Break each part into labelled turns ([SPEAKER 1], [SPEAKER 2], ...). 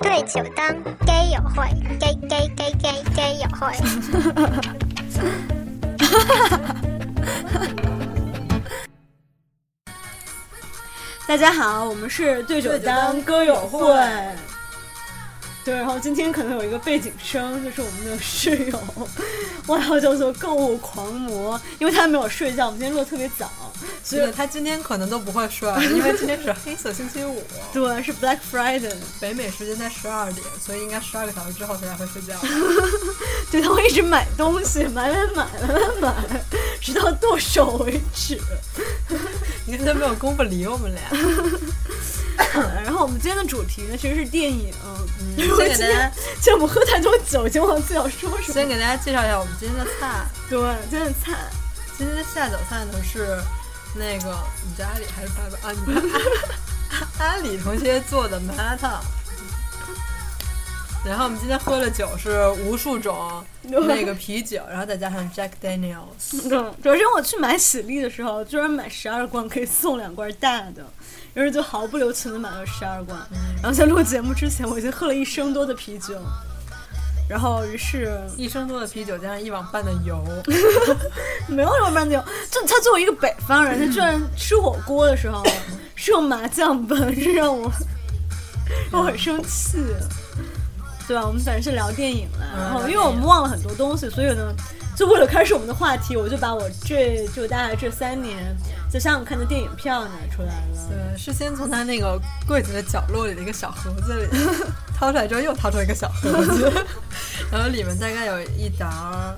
[SPEAKER 1] 对酒当鸡友会，鸡鸡鸡鸡鸡友会。
[SPEAKER 2] 大家好，我们是对酒当歌友会。对，然后今天可能有一个背景声，就是我们的室友， 外号叫做“购物狂魔”，因为他没有睡觉。我们今天录的特别早，所
[SPEAKER 3] 对，
[SPEAKER 2] 以
[SPEAKER 3] 他今天可能都不会睡，因为今天是黑色星期五，
[SPEAKER 2] 对是 Black Friday，
[SPEAKER 3] 北美时间在十二点，所以应该十二个小时之后他才会睡觉。
[SPEAKER 2] 对他会一直买东西，买买买买买买，直到剁手为 止。
[SPEAKER 3] 你看他没有功夫理我们俩。
[SPEAKER 2] 然后我们今天的主题呢，其实是电影。嗯，
[SPEAKER 3] 先给大家，
[SPEAKER 2] 既然我们喝太多酒，已经忘记要说什么
[SPEAKER 3] 先
[SPEAKER 2] 了。
[SPEAKER 3] 给大家介绍一下我们今天的菜。
[SPEAKER 2] 对，真的菜。
[SPEAKER 3] 今天的下酒菜呢是那个你家阿里还是爸爸啊？你家阿阿里同学做的麻辣烫。然后我们今天喝的酒是无数种那个啤酒，然后再加上 Jack Daniels。
[SPEAKER 2] 嗯， 主要是我去买喜力的时候，居然买十二罐可以送两罐大的，于是就毫不留情的买了十二罐。然后在录节目之前，我已经喝了一升多的啤酒，然后于是
[SPEAKER 3] 一升多的啤酒加上一碗半的油，
[SPEAKER 2] 没有什么慢酒，就他作为一个北方人，他居然吃火锅的时候是用麻酱焖，这让 我让我很生气。对啊吧？我们本来是聊电影来，
[SPEAKER 3] 嗯
[SPEAKER 2] 然后
[SPEAKER 3] 聊
[SPEAKER 2] 因为我
[SPEAKER 3] 电
[SPEAKER 2] 们忘了很多东西，所以呢，就为了开始我们的话题，我就把我这就大概这三年在香港看的电影票拿出来了。
[SPEAKER 3] 对，是呃先从他那个柜子的角落里的一个小盒子里掏出来之后，又掏出一个小盒子，然后里面大概有一沓儿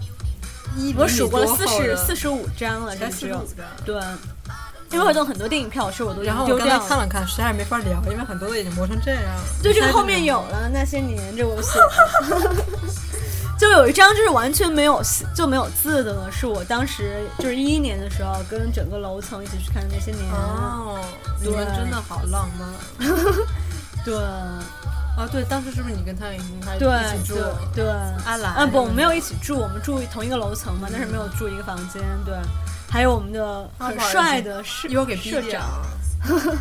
[SPEAKER 3] 一厘米多
[SPEAKER 2] 我数过了四
[SPEAKER 3] 厚
[SPEAKER 2] 十
[SPEAKER 3] 的
[SPEAKER 2] 四十五张了，这
[SPEAKER 3] 才
[SPEAKER 2] 个只
[SPEAKER 3] 四十
[SPEAKER 2] 有
[SPEAKER 3] 五张。
[SPEAKER 2] 对，因为我有很多电影票是我都
[SPEAKER 3] 然后我
[SPEAKER 2] 丢
[SPEAKER 3] 刚才
[SPEAKER 2] 掉
[SPEAKER 3] 看
[SPEAKER 2] 了。
[SPEAKER 3] 了看，实在是没法聊，因为很多都已经磨成这样了。
[SPEAKER 2] 对，这
[SPEAKER 3] 实在
[SPEAKER 2] 个
[SPEAKER 3] 是
[SPEAKER 2] 后面有了那些年，这我写 的。就有一张就是完全没有就没有字的了，是我当时就是一一年的时候跟整个楼层一起去看的那些年。
[SPEAKER 3] 哦，你们
[SPEAKER 2] 对
[SPEAKER 3] 真的好浪漫
[SPEAKER 2] 对
[SPEAKER 3] 哦！对，当时是不是你跟他已经还
[SPEAKER 2] 对
[SPEAKER 3] 一起住？
[SPEAKER 2] 对对，
[SPEAKER 3] 阿兰
[SPEAKER 2] 啊不，我们没有一起住，我们住同一个楼层嘛，但是没有住一个房间。对，还有我们的
[SPEAKER 3] 啊
[SPEAKER 2] 很
[SPEAKER 3] 不好意思
[SPEAKER 2] 帅的社
[SPEAKER 3] 一会儿给逼
[SPEAKER 2] 社
[SPEAKER 3] 掉
[SPEAKER 2] 长。。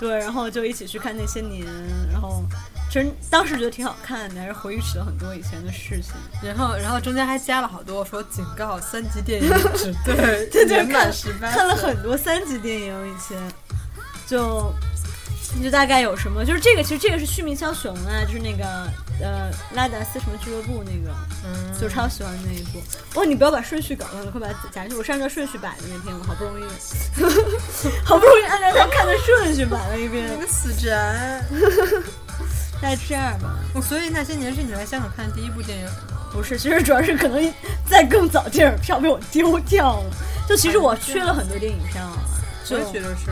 [SPEAKER 2] 对，然后就一起去看那些年，然后其实当时觉得挺好看的，还是回忆起了很多以前的事情。
[SPEAKER 3] 然后，然后中间还加了好多说警告三级电 影只对
[SPEAKER 2] 这就是
[SPEAKER 3] 年
[SPEAKER 2] 看
[SPEAKER 3] 满十八，
[SPEAKER 2] 看了很多三级电影，以前就就大概有什么，就是这个其实这个是续命枭雄啊，就是那个呃拉达斯什么俱乐部那个，
[SPEAKER 3] 嗯
[SPEAKER 2] 就超喜欢那一部。哇，你不要把顺序搞乱了，快把它夹进去。我是按照顺序摆的那篇，我好不容易 好不容易按照他看的顺序摆了一遍
[SPEAKER 3] 那，个死宅。
[SPEAKER 2] 大概这样吧。
[SPEAKER 3] 哦所以那些年是你来香港看的第一部电影吗？
[SPEAKER 2] 不是，其实主要是可能在更早电影票被我丢掉了。就其实我
[SPEAKER 3] 哎这
[SPEAKER 2] 缺
[SPEAKER 3] 样
[SPEAKER 2] 了很多电影票啊，就
[SPEAKER 3] 我也觉得是。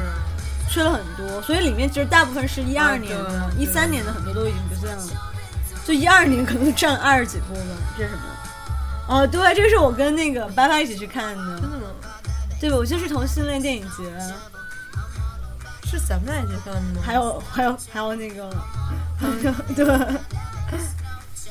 [SPEAKER 2] 缺了很多，所以里面其实大部分是一二年的
[SPEAKER 3] 啊、
[SPEAKER 2] 一
[SPEAKER 3] 对
[SPEAKER 2] 三年的很多都已经不见了，就一二年可能占二十几部吧。这是什么？哦，对，这是我跟那个白白一起去看的，
[SPEAKER 3] 嗯，
[SPEAKER 2] 对吧？我就是同性恋电影节，
[SPEAKER 3] 是咱们俩一起看的吗？
[SPEAKER 2] 还有还有还有那个，对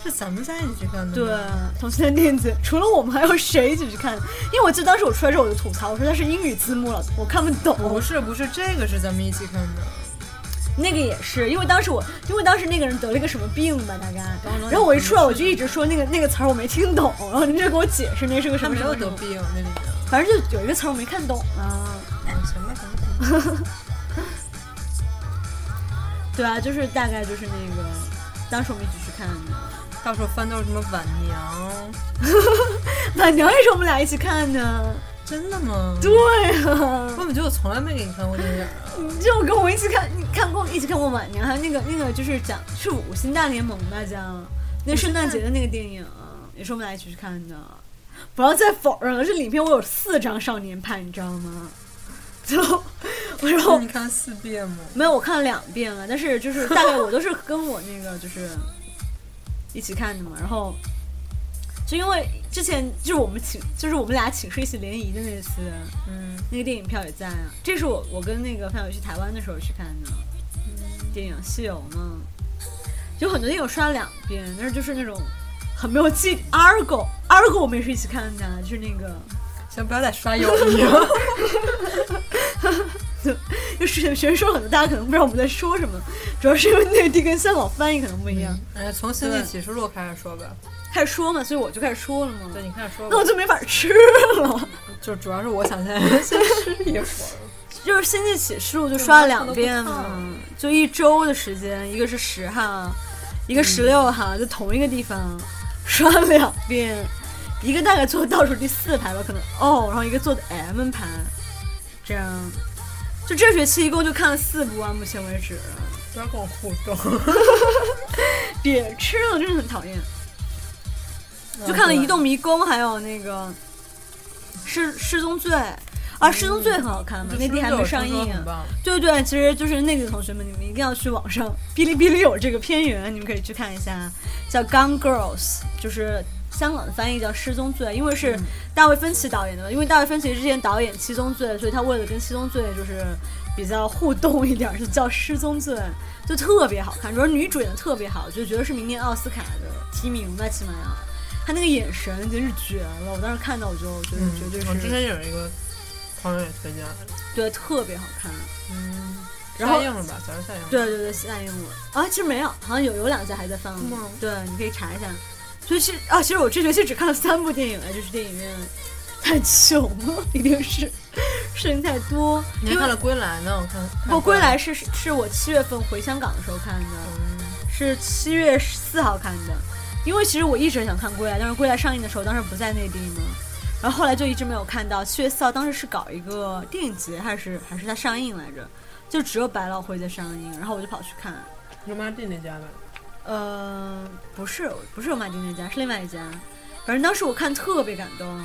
[SPEAKER 3] 是咱们仨一起看的吗？
[SPEAKER 2] 对，同性恋电影节，除了我们还有谁一起去看？因为我记得当时我出来之后我就吐槽，我说它是英语字幕了，我看不懂。
[SPEAKER 3] 不是不是，这个是咱们一起看的。
[SPEAKER 2] 那个也是，因为当时我，因为当时那个人得了一个什么病吧，大概
[SPEAKER 3] 当然，
[SPEAKER 2] 然后我一出来我就一直说那个那个词儿我没听懂，然后您就给我解释那是个什
[SPEAKER 3] 他
[SPEAKER 2] 么
[SPEAKER 3] 没
[SPEAKER 2] 什
[SPEAKER 3] 有
[SPEAKER 2] 么什
[SPEAKER 3] 得
[SPEAKER 2] 么，
[SPEAKER 3] 病那里面。
[SPEAKER 2] 反正就有一个词儿我没看懂啊。
[SPEAKER 3] 嗯行吧行吧。
[SPEAKER 2] 对啊，就是大概就是那
[SPEAKER 3] 啊
[SPEAKER 2] 个，当时我们一起去看的，
[SPEAKER 3] 到时候翻都是什么晚娘？
[SPEAKER 2] 晚娘也是我们俩一起看的。
[SPEAKER 3] 真的吗？
[SPEAKER 2] 对啊，
[SPEAKER 3] 我怎么觉得我从来没给你看过电 影啊？
[SPEAKER 2] 你就跟我一起看，你看过一起看过晚娘，还有那个那个就是讲是五星大联盟大家，那圣诞节的那个电影啊也是我们俩一起去看的。不要再否认了，啊这里面我有四张少年派，你知道吗？ 就然
[SPEAKER 3] 那
[SPEAKER 2] 后
[SPEAKER 3] 你看了四遍吗？
[SPEAKER 2] 没有，我看了两遍了，但是就是大概我都是跟我那个就是一起看的嘛，然后就因为之前就是我们寝就是我们俩寝室一起联谊的那次，
[SPEAKER 3] 嗯，
[SPEAKER 2] 那个电影票也在啊，这是我我跟那个范友去台湾的时候去看的电影《西游》嘛，有很多电影我刷了两遍，但是就是那种很没有记。Argo Argo 我们也是一起看的啊，就是那个
[SPEAKER 3] 行，不要再刷友谊了。
[SPEAKER 2] 就是学说很多，大家可能不知道我们在说什么，主要是因为内地跟香港翻译可能不一样。
[SPEAKER 3] 哎，从《星际
[SPEAKER 2] 对
[SPEAKER 3] 启示录》开始说吧。
[SPEAKER 2] 开始说嘛，所以我就开始说了嘛
[SPEAKER 3] 对，，你开始说吧
[SPEAKER 2] 那我。就没法吃了。
[SPEAKER 3] 就主要是我想先先吃一会儿。
[SPEAKER 2] 就是《星际启示录》就刷了两遍嘛，就一周的时间，一个是十哈，一个十六哈，就同一个地方刷了两遍，一个大概坐倒数第四排吧，可能哦，然后一个坐的 M 排，这样，就这学期一共就看了四部啊，目前为止，
[SPEAKER 3] 不要跟我互动。
[SPEAKER 2] 别吃了，真的很讨厌。
[SPEAKER 3] 嗯
[SPEAKER 2] 嗯就看了《移动迷宫》，还有那个《失失踪罪》啊，《失踪罪》很好看嘛，
[SPEAKER 3] 对，
[SPEAKER 2] 内地还没上映
[SPEAKER 3] 就
[SPEAKER 2] 啊
[SPEAKER 3] 是很棒
[SPEAKER 2] 对对，其实就是内地的同学们，你们一定要去网上，哔哩哔哩有这个片源，你们可以去看一下，叫《Gun Girls》，就是香港的翻译叫《失踪罪》，因为是
[SPEAKER 3] 嗯
[SPEAKER 2] 大卫芬奇导演的嘛，因为大卫芬奇之前导演《七宗罪》，所以他为了跟《七宗罪》就是比较互动一点儿，就叫《失踪罪》，就特别好看，主要女主演的特别好，就觉得是明年奥斯卡的提名吧，起码要。她那个眼神真是绝了，我当时看到我就就是
[SPEAKER 3] 嗯，
[SPEAKER 2] 绝对
[SPEAKER 3] 我之
[SPEAKER 2] 是、
[SPEAKER 3] 前有一个朋友也推荐了，
[SPEAKER 2] 对特别好看。
[SPEAKER 3] 嗯，
[SPEAKER 2] 然后
[SPEAKER 3] 下映了吧？早上下映了。
[SPEAKER 2] 对对对，下映了啊，其实没有，好像有有两家还在放
[SPEAKER 3] 是
[SPEAKER 2] 呢
[SPEAKER 3] 吗。
[SPEAKER 2] 对，你可以查一下。所以是啊，其实我这学期只看了三部电影啊，就是电影院太穷了，一定是 事情太多。
[SPEAKER 3] 你
[SPEAKER 2] 因
[SPEAKER 3] 还看
[SPEAKER 2] 为
[SPEAKER 3] 了《归哦来》呢？我看。看
[SPEAKER 2] 我归来是是是我七月份回香港的时候看的，
[SPEAKER 3] 嗯
[SPEAKER 2] 是七月四号看的。因为其实我一直很想看《归来》，但是《归来》上映的时候，当时不在内地嘛，然后后来就一直没有看到。七月四号当时是搞一个电影节，还是还是它上映来着，就只有百老汇在上映，然后我就跑去看。
[SPEAKER 3] 油麻地那家的。
[SPEAKER 2] 呃，不是，不是油麻地那家，是另外一家。反正当时我看特别感动，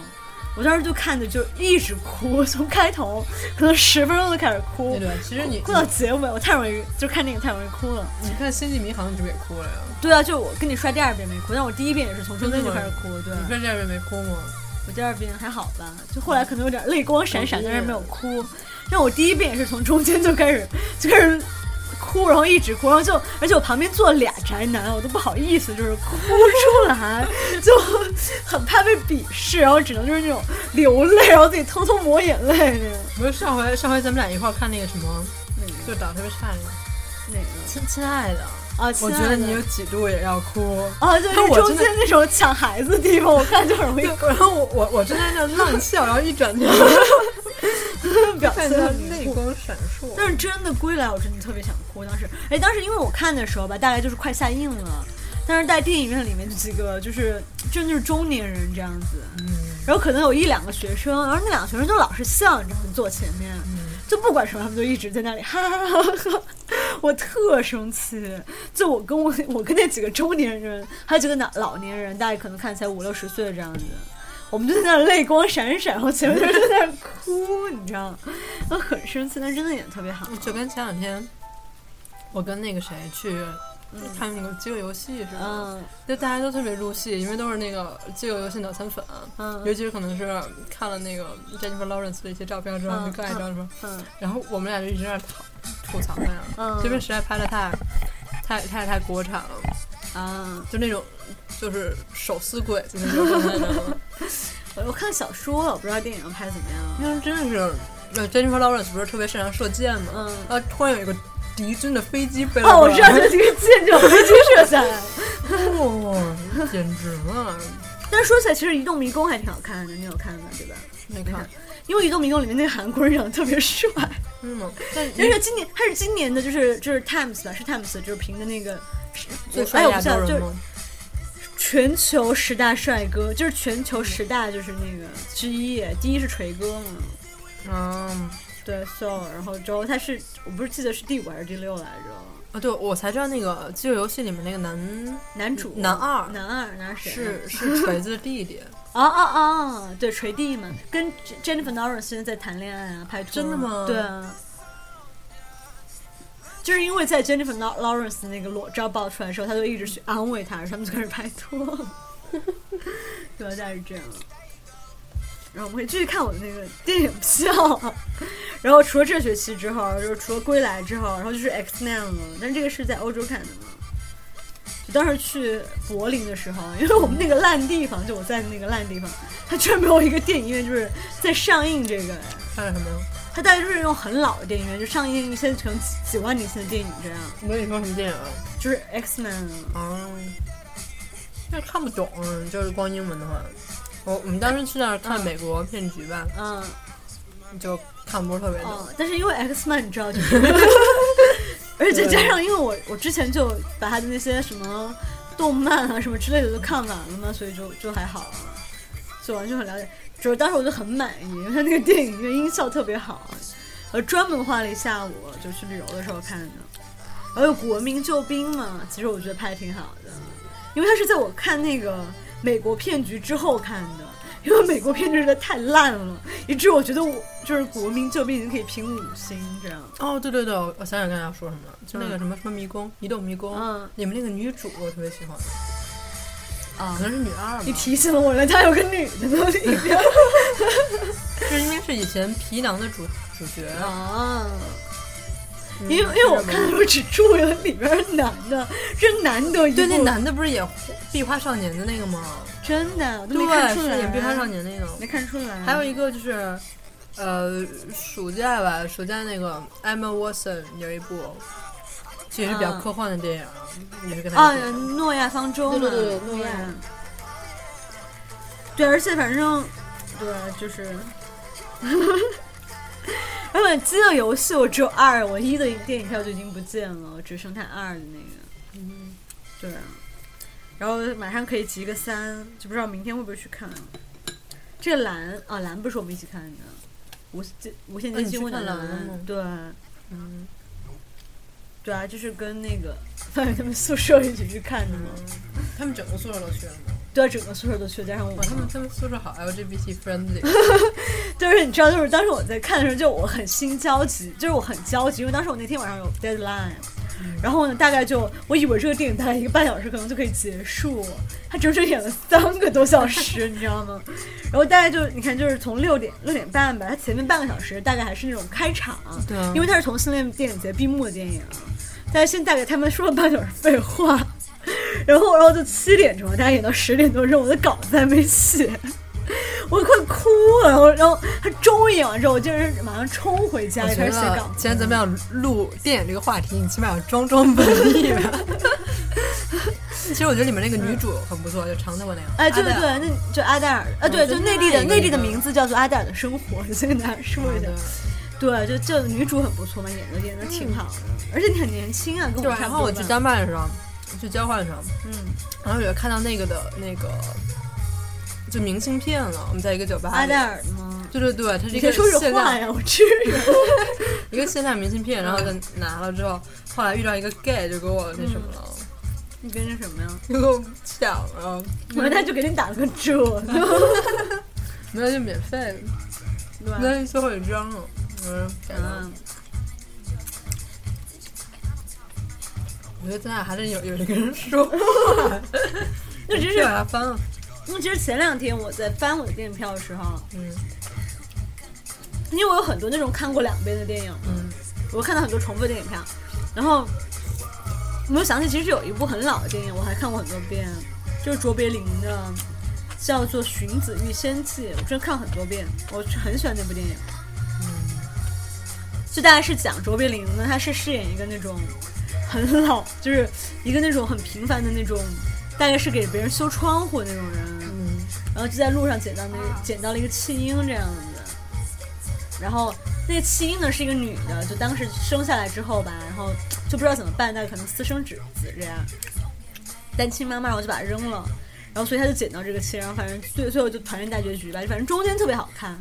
[SPEAKER 2] 我当时就看的就一直哭，从开头可能十分钟就开始哭
[SPEAKER 3] 对，对，其实你
[SPEAKER 2] 哭到结尾，我太容易就看电影太容易哭了。
[SPEAKER 3] 你看《星际迷航》，你是不是也哭了呀？
[SPEAKER 2] 对啊，就我跟你刷第二遍没哭，但我第一遍也是从中间就开始哭。对，
[SPEAKER 3] 你说这边没哭吗？
[SPEAKER 2] 我第二遍还好吧，就后来可能有点泪光闪闪，
[SPEAKER 3] 嗯
[SPEAKER 2] 但是没有哭。但我第一遍也是从中间就开始就开始哭，然后一直哭，然后就而且我旁边坐俩宅男，我都不好意思，就是哭出来， 就很怕被鄙视，然后只能就是那种流泪，然后自己偷偷抹眼泪那种。
[SPEAKER 3] 不是上回上回咱们俩一块儿看那个什么，
[SPEAKER 2] 那个
[SPEAKER 3] 就长得特别帅那个，
[SPEAKER 2] 那个
[SPEAKER 3] 亲亲爱的，
[SPEAKER 2] 啊，亲
[SPEAKER 3] 我
[SPEAKER 2] 爱
[SPEAKER 3] 觉
[SPEAKER 2] 的
[SPEAKER 3] 得你有几度也要哭。
[SPEAKER 2] 啊，就是
[SPEAKER 3] 但我
[SPEAKER 2] 中
[SPEAKER 3] 真的
[SPEAKER 2] 间那种抢孩子的地方，我看就很容易
[SPEAKER 3] 对，然后我我我正在那浪笑，然后一转 头
[SPEAKER 2] 表
[SPEAKER 3] 看
[SPEAKER 2] 现
[SPEAKER 3] 到
[SPEAKER 2] 得很
[SPEAKER 3] 泪
[SPEAKER 2] 酷
[SPEAKER 3] 光闪烁。
[SPEAKER 2] 但是真的归来，我真的特别想哭。当时，哎，当时因为我看的时候吧，大概就是快下映了，但是在电影院里面几个就是真的是中年人这样子，
[SPEAKER 3] 嗯
[SPEAKER 2] 然后可能有一两个学生，然后那两个学生就老是笑，你知道吗？坐前面，
[SPEAKER 3] 嗯，
[SPEAKER 2] 就不管什么，他们就一直在那里哈哈哈哈，我特生气。就我跟我我跟那几个中年人，还有几个老老年人，大概可能看起来五六十岁这样子，我们就在那儿泪光闪闪，然后前面的人在那儿哭，你知道吗？我很生气，但真的演的特别好。
[SPEAKER 3] 就跟前两天我跟那个谁去
[SPEAKER 2] 嗯
[SPEAKER 3] 看那个《饥饿游戏》似的，
[SPEAKER 2] 嗯
[SPEAKER 3] 就大家都特别入戏，因为都是那个《饥饿游戏》脑残粉。尤
[SPEAKER 2] 嗯
[SPEAKER 3] 其是可能是看了那个 Jennifer Lawrence 的一些照片之后，
[SPEAKER 2] 嗯
[SPEAKER 3] 就更爱张什么，
[SPEAKER 2] 嗯
[SPEAKER 3] 然后我们俩就一直在那讨吐槽他呀，
[SPEAKER 2] 嗯，
[SPEAKER 3] 这边实在拍的太太太太国产了，
[SPEAKER 2] 啊，
[SPEAKER 3] 就那种就是手撕鬼子那种状态，你知 道吗？
[SPEAKER 2] 我我看小说了，我不知道电影要拍怎么样。
[SPEAKER 3] 因为真的是，呃，Jennifer Lawrence 不是特别擅长射箭嘛，
[SPEAKER 2] 嗯
[SPEAKER 3] 然后突然有一个敌军的飞机飞了
[SPEAKER 2] 哦，
[SPEAKER 3] 过
[SPEAKER 2] 我知道
[SPEAKER 3] 来，
[SPEAKER 2] 这几个箭就飞机射下来了。
[SPEAKER 3] 哇，简直了！
[SPEAKER 2] 但是说起来，其实《移动迷宫》还挺好看的，你有看吗？对吧？
[SPEAKER 3] 没 看
[SPEAKER 2] 因为《移动迷宫》里面那个韩国人长得特别 帅，
[SPEAKER 3] 是吗？但
[SPEAKER 2] 但是今年他是今年的，就是就是 Times 吧，是 Times 就是评的那个，
[SPEAKER 3] 最
[SPEAKER 2] 哎
[SPEAKER 3] 帅
[SPEAKER 2] 我
[SPEAKER 3] 亚
[SPEAKER 2] 不
[SPEAKER 3] 洲
[SPEAKER 2] 晓得，就
[SPEAKER 3] 人
[SPEAKER 2] 是
[SPEAKER 3] 吗？
[SPEAKER 2] 全球十大帅哥，就是全球十大就是那个之一，第一是锤哥嘛，
[SPEAKER 3] 嗯，
[SPEAKER 2] 对，So，然后之后他是我不是记得是第五还是第六来着，
[SPEAKER 3] 啊，对，我才知道那个《饥饿游戏》里面那个男
[SPEAKER 2] 男主
[SPEAKER 3] 嗯男二
[SPEAKER 2] 男二男二谁啊？
[SPEAKER 3] 是是锤子的弟弟，
[SPEAKER 2] 哦哦哦，对，锤弟嘛，跟 Jen- Jennifer Lawrence 现在在谈恋爱啊，拍拖。
[SPEAKER 3] 真的吗
[SPEAKER 2] 对啊，就是因为在 Jennifer Law- Lawrence 那个裸照爆出来的时候，他就一直去安慰她，然后他们就开始拍拖。 对，大概是这样。然后我们可以继续看我的那个电影票。然后除了这学期之后，就是除了归来之后，然后就是 X Man 了，但这个是在欧洲看的嘛。就当时去柏林的时候，因为我们那个烂地方，就我在那个烂地方，它居然没有一个电影院就是在上映这个，
[SPEAKER 3] 看了什么？
[SPEAKER 2] 它大概就是那种很老的电影院，就上映一些可能几几万年前的电影这样，
[SPEAKER 3] 我跟你说什么电影啊？
[SPEAKER 2] 就是 X Men
[SPEAKER 3] 啊，但是看不懂，就是光英文的话，我我们当时去那儿看美国骗局吧，
[SPEAKER 2] 嗯
[SPEAKER 3] 就看不是特别懂。
[SPEAKER 2] 哦，但是因为 X Man 你知道就是，而且加上因为我我之前就把他的那些什么动漫啊什么之类的都看完了嘛，所以就就还好啊，所以完全很了解。主要当时我就很满意，因为他那个电影院音效特别好，我专门花了一下午就去旅游的时候看的。然后有《国民救兵》嘛，其实我觉得拍的挺好的，因为他是在我看那个《美国骗局》之后看的，因为《美国骗局》实在太烂了，以至于我觉得我就是《国民救兵》已经可以评五星这样。
[SPEAKER 3] 哦，对对对，我想想刚才要说什么了，就那个什么什么迷宫，移动迷宫，
[SPEAKER 2] 嗯
[SPEAKER 3] 里面那个女主我特别喜欢，
[SPEAKER 2] 啊
[SPEAKER 3] 可能是女二吧
[SPEAKER 2] 你，提醒了我了，他有个女的呢里 面
[SPEAKER 3] 就是应该是以前皮囊的主主角，
[SPEAKER 2] 啊。
[SPEAKER 3] 嗯
[SPEAKER 2] 因为因为我
[SPEAKER 3] 是吗
[SPEAKER 2] 看的时候只注意了里边儿男的，这难得一
[SPEAKER 3] 对那
[SPEAKER 2] 部
[SPEAKER 3] 男的不是也壁花少年的那个吗？
[SPEAKER 2] 真的我都没看
[SPEAKER 3] 对，
[SPEAKER 2] 出
[SPEAKER 3] 是啊
[SPEAKER 2] 来，
[SPEAKER 3] 演壁花少年那个。
[SPEAKER 2] 没看出来。
[SPEAKER 3] 还有一个就是，呃，暑假吧，暑假那个 Emma Watson 有一部，其实是比较
[SPEAKER 2] 嗯
[SPEAKER 3] 科幻的电影，也是跟他
[SPEAKER 2] 啊
[SPEAKER 3] 一起的。，
[SPEAKER 2] 诺亚方舟嘛，
[SPEAKER 3] 对对对对诺亚。
[SPEAKER 2] 对，而且反正，对，就是。 原本机的游戏我只有二，我一的电影票就已经不见了，我只剩下二的那个。
[SPEAKER 3] 嗯
[SPEAKER 2] 对啊，然后马上可以集个三，就不知道明天会不会去看。啊这个蓝啊，蓝不是我们一起看的，无限无限
[SPEAKER 3] 哦
[SPEAKER 2] 接
[SPEAKER 3] 你
[SPEAKER 2] 近
[SPEAKER 3] 去
[SPEAKER 2] 问的
[SPEAKER 3] 看蓝了吗
[SPEAKER 2] 对
[SPEAKER 3] 嗯，
[SPEAKER 2] 对啊，就是跟那个范宇他们宿舍一起去看的嘛。
[SPEAKER 3] 嗯他们整个宿舍都去了吗？
[SPEAKER 2] 对啊，整个宿舍都去，加上我
[SPEAKER 3] 哇，他们他们宿舍好 LGBT friendly，
[SPEAKER 2] 对，而且你知道，就是当时我在看的时候，就我很心焦急，就是我很焦急，因为当时我那天晚上有 deadline，然后呢，大概就我以为这个电影大概一个半小时可能就可以结束，他整整演了三个多小时，你知道吗？ 然后大概就你看，就是从六点六点半吧，它前面半个小时大概还是那种开场，
[SPEAKER 3] 对啊
[SPEAKER 2] 因为它是同性恋电影节闭幕的电影，但是现在给他们说了半小时废话， 然后然后就七点钟，大概演到十点多钟，我的稿子还没写。 我快哭了，然后，然后他终于演啊完之后，我就是马上冲回家
[SPEAKER 3] 我觉
[SPEAKER 2] 哎开始写
[SPEAKER 3] 得
[SPEAKER 2] 稿。
[SPEAKER 3] 既然咱们要录电影这个话题，你起码要装装文艺吧。啊其实我觉得里面那个女主很不错，就长头发那个。
[SPEAKER 2] 哎，对对
[SPEAKER 3] 阿黛
[SPEAKER 2] 对，
[SPEAKER 3] 尔
[SPEAKER 2] 那就阿黛尔，啊，
[SPEAKER 3] 嗯
[SPEAKER 2] 对，
[SPEAKER 3] 就
[SPEAKER 2] 就
[SPEAKER 3] 另
[SPEAKER 2] 内地的
[SPEAKER 3] 外一个
[SPEAKER 2] 内地的
[SPEAKER 3] 那个
[SPEAKER 2] 名字叫做《阿黛尔的生活》，先跟大家说一下。哦对，就就女主很不错嘛，演的演的挺好的，而且你很年轻啊，跟
[SPEAKER 3] 对
[SPEAKER 2] 我，差
[SPEAKER 3] 然
[SPEAKER 2] 不
[SPEAKER 3] 后
[SPEAKER 2] 多
[SPEAKER 3] 我
[SPEAKER 2] 吧
[SPEAKER 3] 去丹麦的时候，去交换的时候，
[SPEAKER 2] 嗯
[SPEAKER 3] 然后有看到那个的那个就明信片了，我们在一个酒吧里。
[SPEAKER 2] 阿黛尔吗？
[SPEAKER 3] 对对对，它
[SPEAKER 2] 啊
[SPEAKER 3] 是
[SPEAKER 2] 你
[SPEAKER 3] 一
[SPEAKER 2] 先
[SPEAKER 3] 个
[SPEAKER 2] 说啊
[SPEAKER 3] 限
[SPEAKER 2] 实话
[SPEAKER 3] 量
[SPEAKER 2] 呀，我至于吗？
[SPEAKER 3] 一个限量明信片，然后
[SPEAKER 2] 嗯
[SPEAKER 3] 就拿了之后，后来遇到一个 gay 就给我那什么了，
[SPEAKER 2] 嗯你跟着什么呀？
[SPEAKER 3] 就给我抢了，
[SPEAKER 2] 我们他就给你打了个折，
[SPEAKER 3] 没有就免费，
[SPEAKER 2] 对吧？
[SPEAKER 3] 那最后一张了，嗯，感
[SPEAKER 2] 嗯
[SPEAKER 3] 动。我觉得咱俩还是有有一个人说话，
[SPEAKER 2] 那真
[SPEAKER 3] 这
[SPEAKER 2] 是
[SPEAKER 3] 把它翻了，
[SPEAKER 2] 那其实前两天我在翻我的电影票的时候，
[SPEAKER 3] 嗯
[SPEAKER 2] 因为我有很多那种看过两遍的电影，
[SPEAKER 3] 嗯，
[SPEAKER 2] 我看到很多重复的电影票，然后我就想起其实有一部很老的电影，我还看过很多遍，就是卓别林的，叫做《荀子遇仙记》，我真的看了很多遍，我很喜欢那部电影。就大概是讲卓别林呢，他是饰演一个那种很老，就是一个那种很平凡的那种，大概是给别人修窗户那种人，然后就在路上捡到那个捡到了一个弃婴这样子，然后那个弃婴呢是一个女的，就当时生下来之后吧，然后就不知道怎么办，那可能私生子子这样，单亲妈妈，然后就把她扔了，然后所以他就捡到这个弃，然后反正最最后就团圆大结局吧，反正中间特别好看，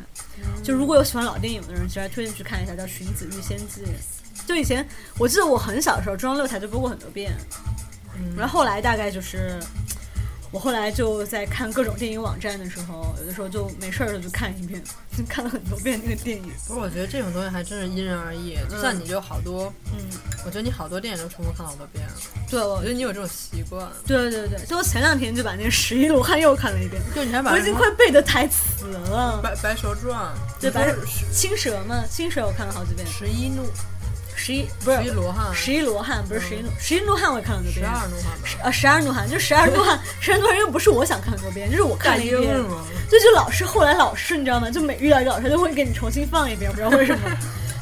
[SPEAKER 2] 就如果有喜欢老电影的人，其实还推荐去看一下，叫《荀子遇仙记》。就以前我记得我很小的时候，中央六台就播过很多遍，然后后来大概就是我后来就在看各种电影网站的时候，有的时候就没事儿了就看一遍，就看了很多遍那个电影。
[SPEAKER 3] 不是，我觉得这种东西还真是因人而异，就像你就好多，
[SPEAKER 2] 嗯，
[SPEAKER 3] 我觉得你好多电影都重复看好多遍，啊
[SPEAKER 2] 对，我
[SPEAKER 3] 我觉得你有这种习惯，
[SPEAKER 2] 对对对，就我前两天就把那个《十一罗汉》又看了一遍，
[SPEAKER 3] 就你还把
[SPEAKER 2] 我已经快背的台词了。
[SPEAKER 3] 白白蛇传，
[SPEAKER 2] 对
[SPEAKER 3] 你不
[SPEAKER 2] 白
[SPEAKER 3] 是
[SPEAKER 2] 蛇青蛇嘛，青蛇我看了好几遍，
[SPEAKER 3] 十一怒，
[SPEAKER 2] 《十一不
[SPEAKER 3] 十一
[SPEAKER 2] 是
[SPEAKER 3] 罗汉，嗯
[SPEAKER 2] 十一罗汉，不是十一怒十一怒汉，我也看了很多
[SPEAKER 3] 十
[SPEAKER 2] 遍。
[SPEAKER 3] 二罗汉吧，
[SPEAKER 2] 啊，十二怒汉，就十二怒汉，十二怒汉又不是我想看很多遍，就是我看
[SPEAKER 3] 大
[SPEAKER 2] 了一
[SPEAKER 3] 英
[SPEAKER 2] 遍
[SPEAKER 3] 是。吗？
[SPEAKER 2] 就就老师后来老师你知道吗？就每遇到一个老师，他就会给你重新放一遍，不知道为什么。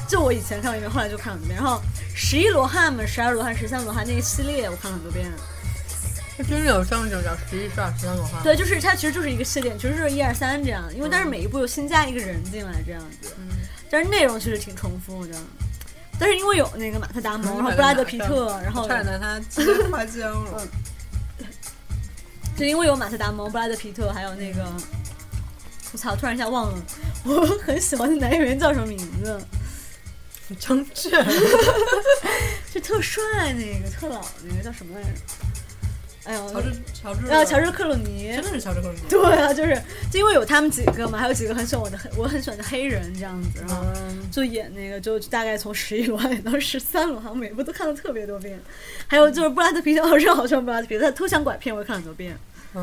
[SPEAKER 2] 就我以前看过一遍，后来就看了一遍。然后十一罗汉嘛，十二罗汉、十三罗汉那个系列，我看了很多遍。
[SPEAKER 3] 它真的有正经叫十一、十二、十三罗汉。
[SPEAKER 2] 对，就是它其实就是一个系列，其实就是一二三这样，因为但是每一部又新加一个人进来这样子，
[SPEAKER 3] 嗯
[SPEAKER 2] 但是内容其实挺重复的。但是因为有那个马特·达蒙，然后
[SPEAKER 3] 嗯
[SPEAKER 2] 布拉德·皮特，然后
[SPEAKER 3] 差点拿它直接夸浆 了。
[SPEAKER 2] 就因为有马特·达蒙、布拉德·皮特，还有那个，
[SPEAKER 3] 嗯
[SPEAKER 2] 我操，突然一下忘了，我很喜欢的男演员叫什么名字？
[SPEAKER 3] 张震，
[SPEAKER 2] 就特帅那个，特老那个叫什么来着？哎呦，
[SPEAKER 3] 乔治，乔治，
[SPEAKER 2] 啊，乔，治·克鲁尼，
[SPEAKER 3] 真的是乔治克鲁尼。
[SPEAKER 2] 对啊，就是就因为有他们几个嘛，还有几个很喜欢我的黑，我很喜欢的黑人这样子，然后
[SPEAKER 3] 嗯，
[SPEAKER 2] 就演那个，就大概从十一 轮演到十三轮，好像每部都看了特别多遍。还有就是布拉德皮特，我是好喜欢布拉德皮特，偷香拐骗我也看很多遍，
[SPEAKER 3] 嗯，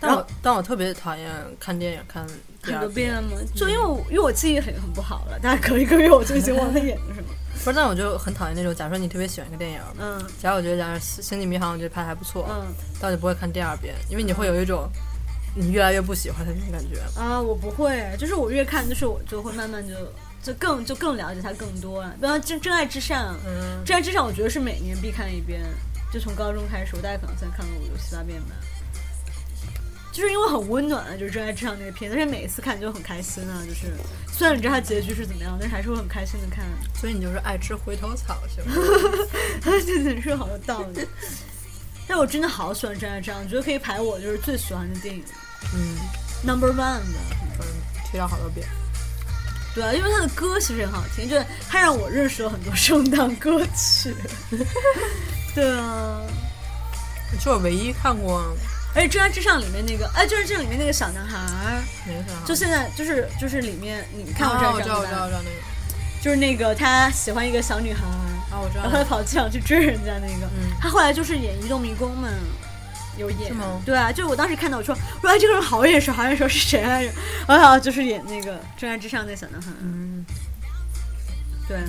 [SPEAKER 2] 然
[SPEAKER 3] 但
[SPEAKER 2] 后
[SPEAKER 3] 我但我特别讨厌看电影看第
[SPEAKER 2] 很
[SPEAKER 3] 二
[SPEAKER 2] 多遍嘛。就因为我因为我记忆很很不好了，大家隔一个月我就已经忘了演了什么。
[SPEAKER 3] 不是，但我就很讨厌那种，假如说你特别喜欢一个电影，
[SPEAKER 2] 嗯
[SPEAKER 3] 假如我觉得假如《星际迷航》我觉得拍的还不错，
[SPEAKER 2] 嗯
[SPEAKER 3] 但我就不会看第二遍，因为你会有一种你越来越不喜欢的那种感觉。
[SPEAKER 2] 啊，我不会，就是我越看，就是我就会慢慢就就更就更了解他更多了。比方说真真爱至上，
[SPEAKER 3] 嗯，
[SPEAKER 2] 真爱至上我觉得是每年必看一遍，就从高中开始，我大概可能才看了五六七八遍吧。就是因为很温暖啊，就是《真爱至上》那个片，但是每一次看就很开心啊。就是虽然你知道它结局是怎么样，但是还是会很开心的看，
[SPEAKER 3] 所以你就是爱吃回头草，是吗？
[SPEAKER 2] 真的是好有道理。但我真的好喜欢《真爱至上》，我觉得可以排我就是最喜欢的电影
[SPEAKER 3] 嗯，
[SPEAKER 2] number one 的。
[SPEAKER 3] 反正提到好多遍。
[SPEAKER 2] 对啊，因为他的歌其实很好听，就是他让我认识了很多 圣诞歌曲。 对啊，
[SPEAKER 3] 是我唯一看过
[SPEAKER 2] 而且《真哎爱至上》里面那个，哎，就是这里面那个小男孩儿，
[SPEAKER 3] 哪个小孩？
[SPEAKER 2] 就现在就是就是里面你看过《
[SPEAKER 3] 啊
[SPEAKER 2] 真
[SPEAKER 3] 我
[SPEAKER 2] 爱
[SPEAKER 3] 知
[SPEAKER 2] 至
[SPEAKER 3] 道，
[SPEAKER 2] 上
[SPEAKER 3] 我》知道，
[SPEAKER 2] 吧？
[SPEAKER 3] 我知道那个。
[SPEAKER 2] 就是那个他喜欢一个小女孩儿，
[SPEAKER 3] 啊，我知道
[SPEAKER 2] 然 后他
[SPEAKER 3] 那个。
[SPEAKER 2] 跑机场去追人家那个，
[SPEAKER 3] 嗯，
[SPEAKER 2] 他后来就是演《移动迷宫》嘛。有演
[SPEAKER 3] 是吗
[SPEAKER 2] 对啊，就是我当时看到我说，我说哎，这个人好眼熟，好眼熟是谁来着？然后就是演那个《真爱至上》那小男孩。
[SPEAKER 3] 嗯，
[SPEAKER 2] 对啊，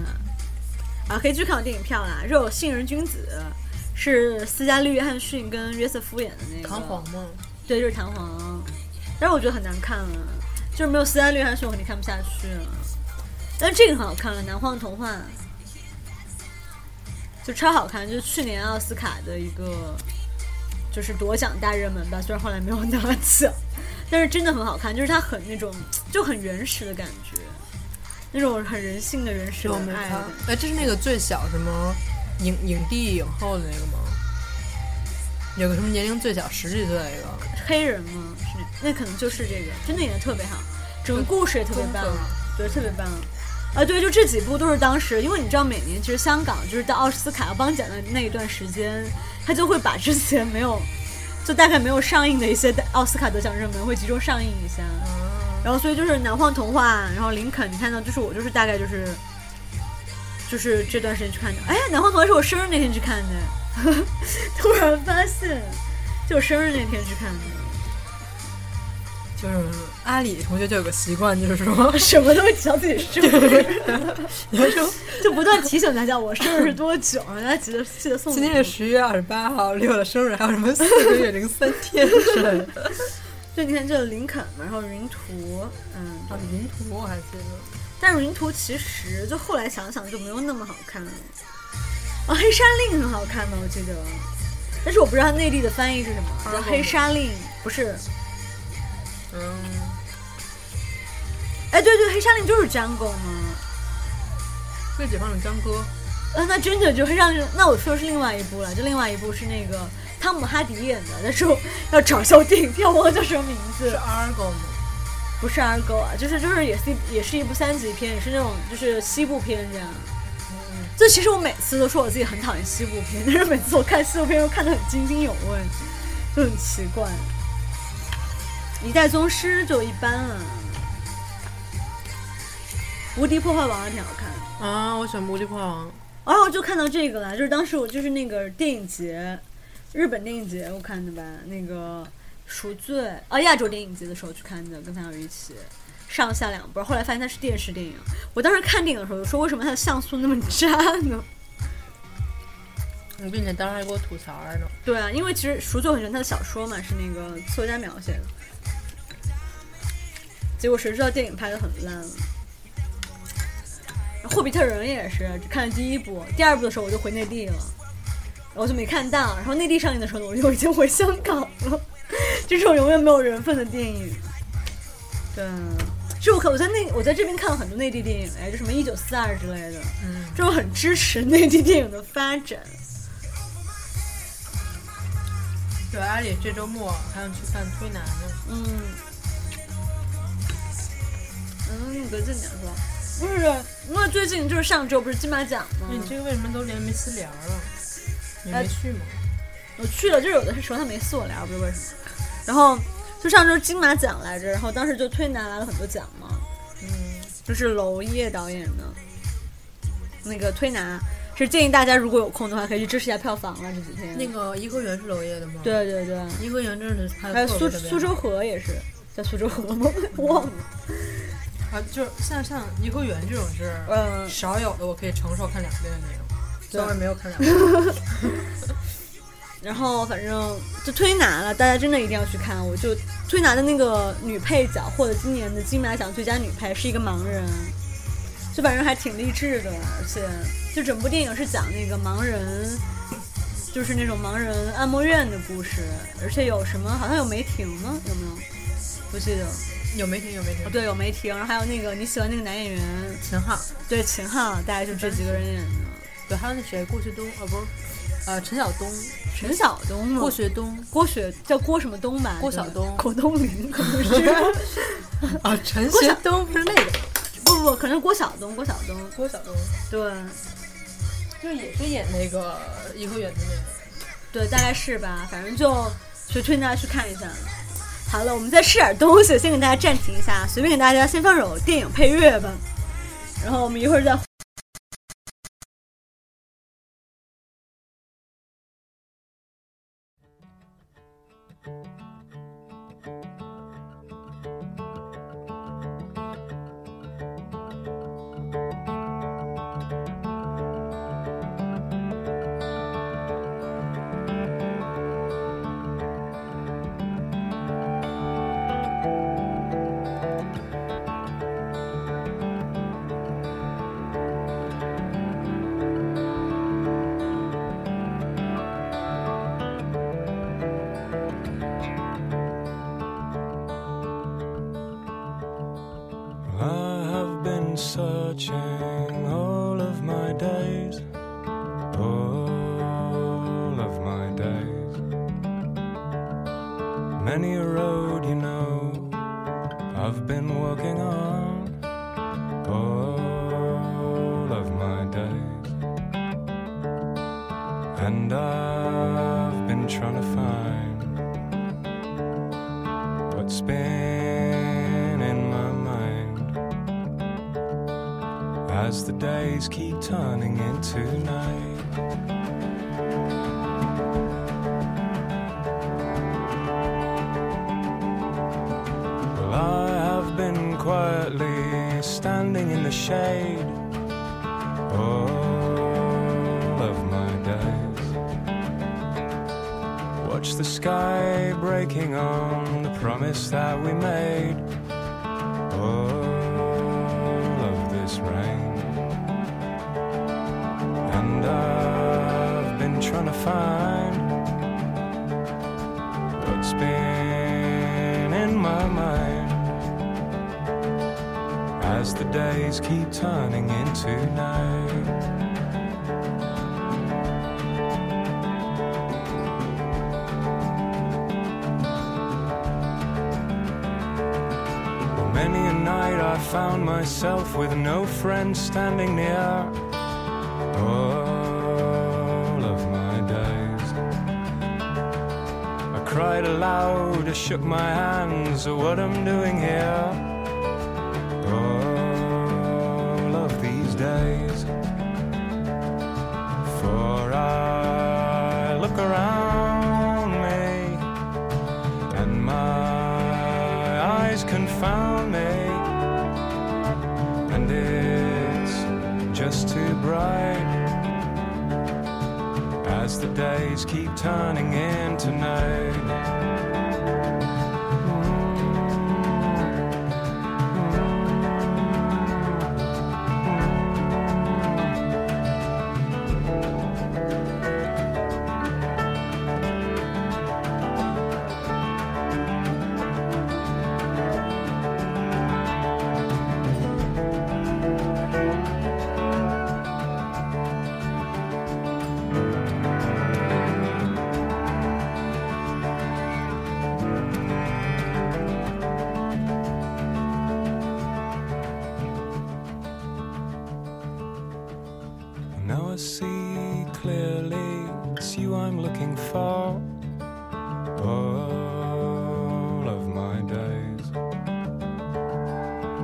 [SPEAKER 2] 啊，可以去看我电影票啦，《肉杏仁君子》是斯嘉丽·约翰逊跟约瑟夫演的 那个
[SPEAKER 3] 弹簧，吗？
[SPEAKER 2] 对，就是弹簧，但是我觉得很难看啊，就是没有斯嘉丽·约翰逊我肯定看不下去啊。但是这个很好看了，《南荒童话》就超好看，就是去年奥斯卡的一个就是夺奖大热门吧，虽然后来没有拿奖，但是真的很好看，就是它很那种就很原始的感觉。那种很人性的原始
[SPEAKER 3] 是
[SPEAKER 2] 的
[SPEAKER 3] 我没
[SPEAKER 2] 爱的
[SPEAKER 3] 看
[SPEAKER 2] 感觉。。
[SPEAKER 3] 哎，这是那个最小什么影影帝影后的那个吗？有个什么年龄最小十几岁的一个？
[SPEAKER 2] 黑人吗？是那可能就是这个，真的演的特别好，整个故事也特别棒
[SPEAKER 3] 工作，
[SPEAKER 2] 对，特别棒。啊，对，就这几部都是当时，因为你知道，每年其实香港就是到奥斯卡颁奖的那一段时间，他就会把之前没有，就大概没有上映的一些奥斯卡得奖热门会集中上映一下。然后所以就是《南方童话》，然后《林肯》，你看到就是我就是大概就是，就是这段时间去看的。哎，《南方童话》是我生日那天去看的， 突然发现，就我生日那天去看的，
[SPEAKER 3] 就是阿里同学就有个习惯，就是 说，
[SPEAKER 2] 什么都会提到自己生日，
[SPEAKER 3] 你们说
[SPEAKER 2] 就不断提醒大家我生日是多久，让大家记得记得送礼物。
[SPEAKER 3] 今天是十月二十八号，离我的生日还有什么四个月零三天之类的。
[SPEAKER 2] 对，你看这林肯嘛，然后云图，嗯，
[SPEAKER 3] 啊，云图我还记得，
[SPEAKER 2] 但是云图其实就后来想想就没有那么好看了。啊，黑山令很好看的，我记得，但是我不知道它内地的翻译是什么，
[SPEAKER 3] 哦
[SPEAKER 2] 叫黑山令，不是？
[SPEAKER 3] 嗯，
[SPEAKER 2] 哎，对对，黑山令就是 Django 吗？
[SPEAKER 3] 为解放了张哥，
[SPEAKER 2] 呃，那真的就黑山令，那我说的是另外一部了，就另外一部是那个汤姆哈迪演的，但是我 要找一下我电影票忘了叫什么名
[SPEAKER 3] 是
[SPEAKER 2] 字，
[SPEAKER 3] Argo 吗？
[SPEAKER 2] 不是 Argo 啊，就是就是也是一也是一部三级片，也是那种就是西部片这样。就其实我每次都说我自己很讨厌西部片，但是每次我看西部片又看得很津津有味，就很奇怪。一代宗师就一般了，无敌破坏王还挺好看。
[SPEAKER 3] 啊，我选《无敌破坏王》。
[SPEAKER 2] 然后就看到这个了，就是当时我就是那个电影节，日本电影节我哦看的吧，那个《赎罪》啊，亚洲电影节的时候去看的，跟朋友一起。上下两波，后来发现它是电视电影。我当时看电影的时候，我说为什么它的像素那么渣呢？
[SPEAKER 3] 你并且当时还给我吐槽来着。
[SPEAKER 2] 对啊，因为其实《赎罪很神》他的小说嘛，是那个作家描写的。结果谁知道电影拍的很烂啊霍比特人也是，只看了第一部，第二部的时候我就回内地了，然后就没看到。然后内地上映的时候呢，我就已经回香港了。 这种永远没有缘分的电影。对啊，就我可我在内我在这边看了很多内地电影，哎，就什么《一九四二》之类的，
[SPEAKER 3] 嗯，
[SPEAKER 2] 这种很支持内地电影的发展。
[SPEAKER 3] 对，阿里这周末还想去看《推拿》呢。
[SPEAKER 2] 嗯，嗯，你别这讲说，不是，因为最近就是上周不是金马奖吗？
[SPEAKER 3] 哎你这个为什么都连没私聊了？你
[SPEAKER 2] 哎
[SPEAKER 3] 没去吗？
[SPEAKER 2] 我去了，就是有的时候他没塑料，不知道为什么。然后就上周金马奖来着，然后当时就推拿来了很多奖嘛，
[SPEAKER 3] 嗯，
[SPEAKER 2] 就是娄烨导演的那个推拿，是建议大家如果有空的话可以去支持一下票房啊了这几天。
[SPEAKER 3] 那个颐和园是娄烨的吗？，
[SPEAKER 2] 对对对，
[SPEAKER 3] 颐和园真是拍
[SPEAKER 2] 还有
[SPEAKER 3] 的特
[SPEAKER 2] 苏
[SPEAKER 3] 别特别好
[SPEAKER 2] 苏州河也是叫苏州河吗？ 忘了，
[SPEAKER 3] 啊，就是像像颐和园这种是
[SPEAKER 2] 嗯、
[SPEAKER 3] 少有的，我可以承受看两遍的那种。
[SPEAKER 2] 对
[SPEAKER 3] 虽然没有看两 遍，
[SPEAKER 2] 然后反正就推拿了，大家真的一定要去看。我就推拿的那个女配角获得今年的金马奖最佳女配，是一个盲人，就反正还挺励志的，而且就整部电影是讲那个盲人，就是那种盲人按摩院的故事，而且有什么好像有梅婷吗？有没有？不记得。
[SPEAKER 3] 有没听有没听
[SPEAKER 2] 哦，？对，有梅婷，然后还有那个你喜欢那个男演员，
[SPEAKER 3] 秦昊，
[SPEAKER 2] 对秦昊，大概就这几个人演的。
[SPEAKER 3] 对，还有那谁，顾旭东，呃，不是，呃，陈晓东，
[SPEAKER 2] 陈晓东吗？
[SPEAKER 3] 顾旭东，
[SPEAKER 2] 郭雪叫郭什么东吧？
[SPEAKER 3] 郭
[SPEAKER 2] 对吧
[SPEAKER 3] 晓东
[SPEAKER 2] 郭冬临可能是，
[SPEAKER 3] 啊，陈
[SPEAKER 2] 晓
[SPEAKER 3] 东不是那个
[SPEAKER 2] 不不不，可能是郭晓东，郭晓东，
[SPEAKER 3] 郭晓东，
[SPEAKER 2] 对
[SPEAKER 3] 就是也是演那个颐和园的那个。
[SPEAKER 2] 对，大概是吧，反正就就推荐大家去看一下。好了，我们再吃点东西，先给大家暂停一下，随便给大家先放首电影配乐吧，然后我们一会儿再。
[SPEAKER 4] I have been searching all of my days, all of my days. Many a road, you know, I've been walking on, all of my days. And I've been trying to find what's been in my mind as the days keep turning into night. Well, I have been quietly standing in the shade all of my days. Watch the sky breaking on the promise that we made. All of this rain. And I've been trying to find what's been in my mind as the days keep turning into night. Many a night I found myself with no friend standing near. All of my days. I cried aloud, I shook my hands at what I'm doing here. All of these days. For I look around me and my eyes confound me days keep turning into nights. Now I see clearly it's you I'm looking for. All of my days.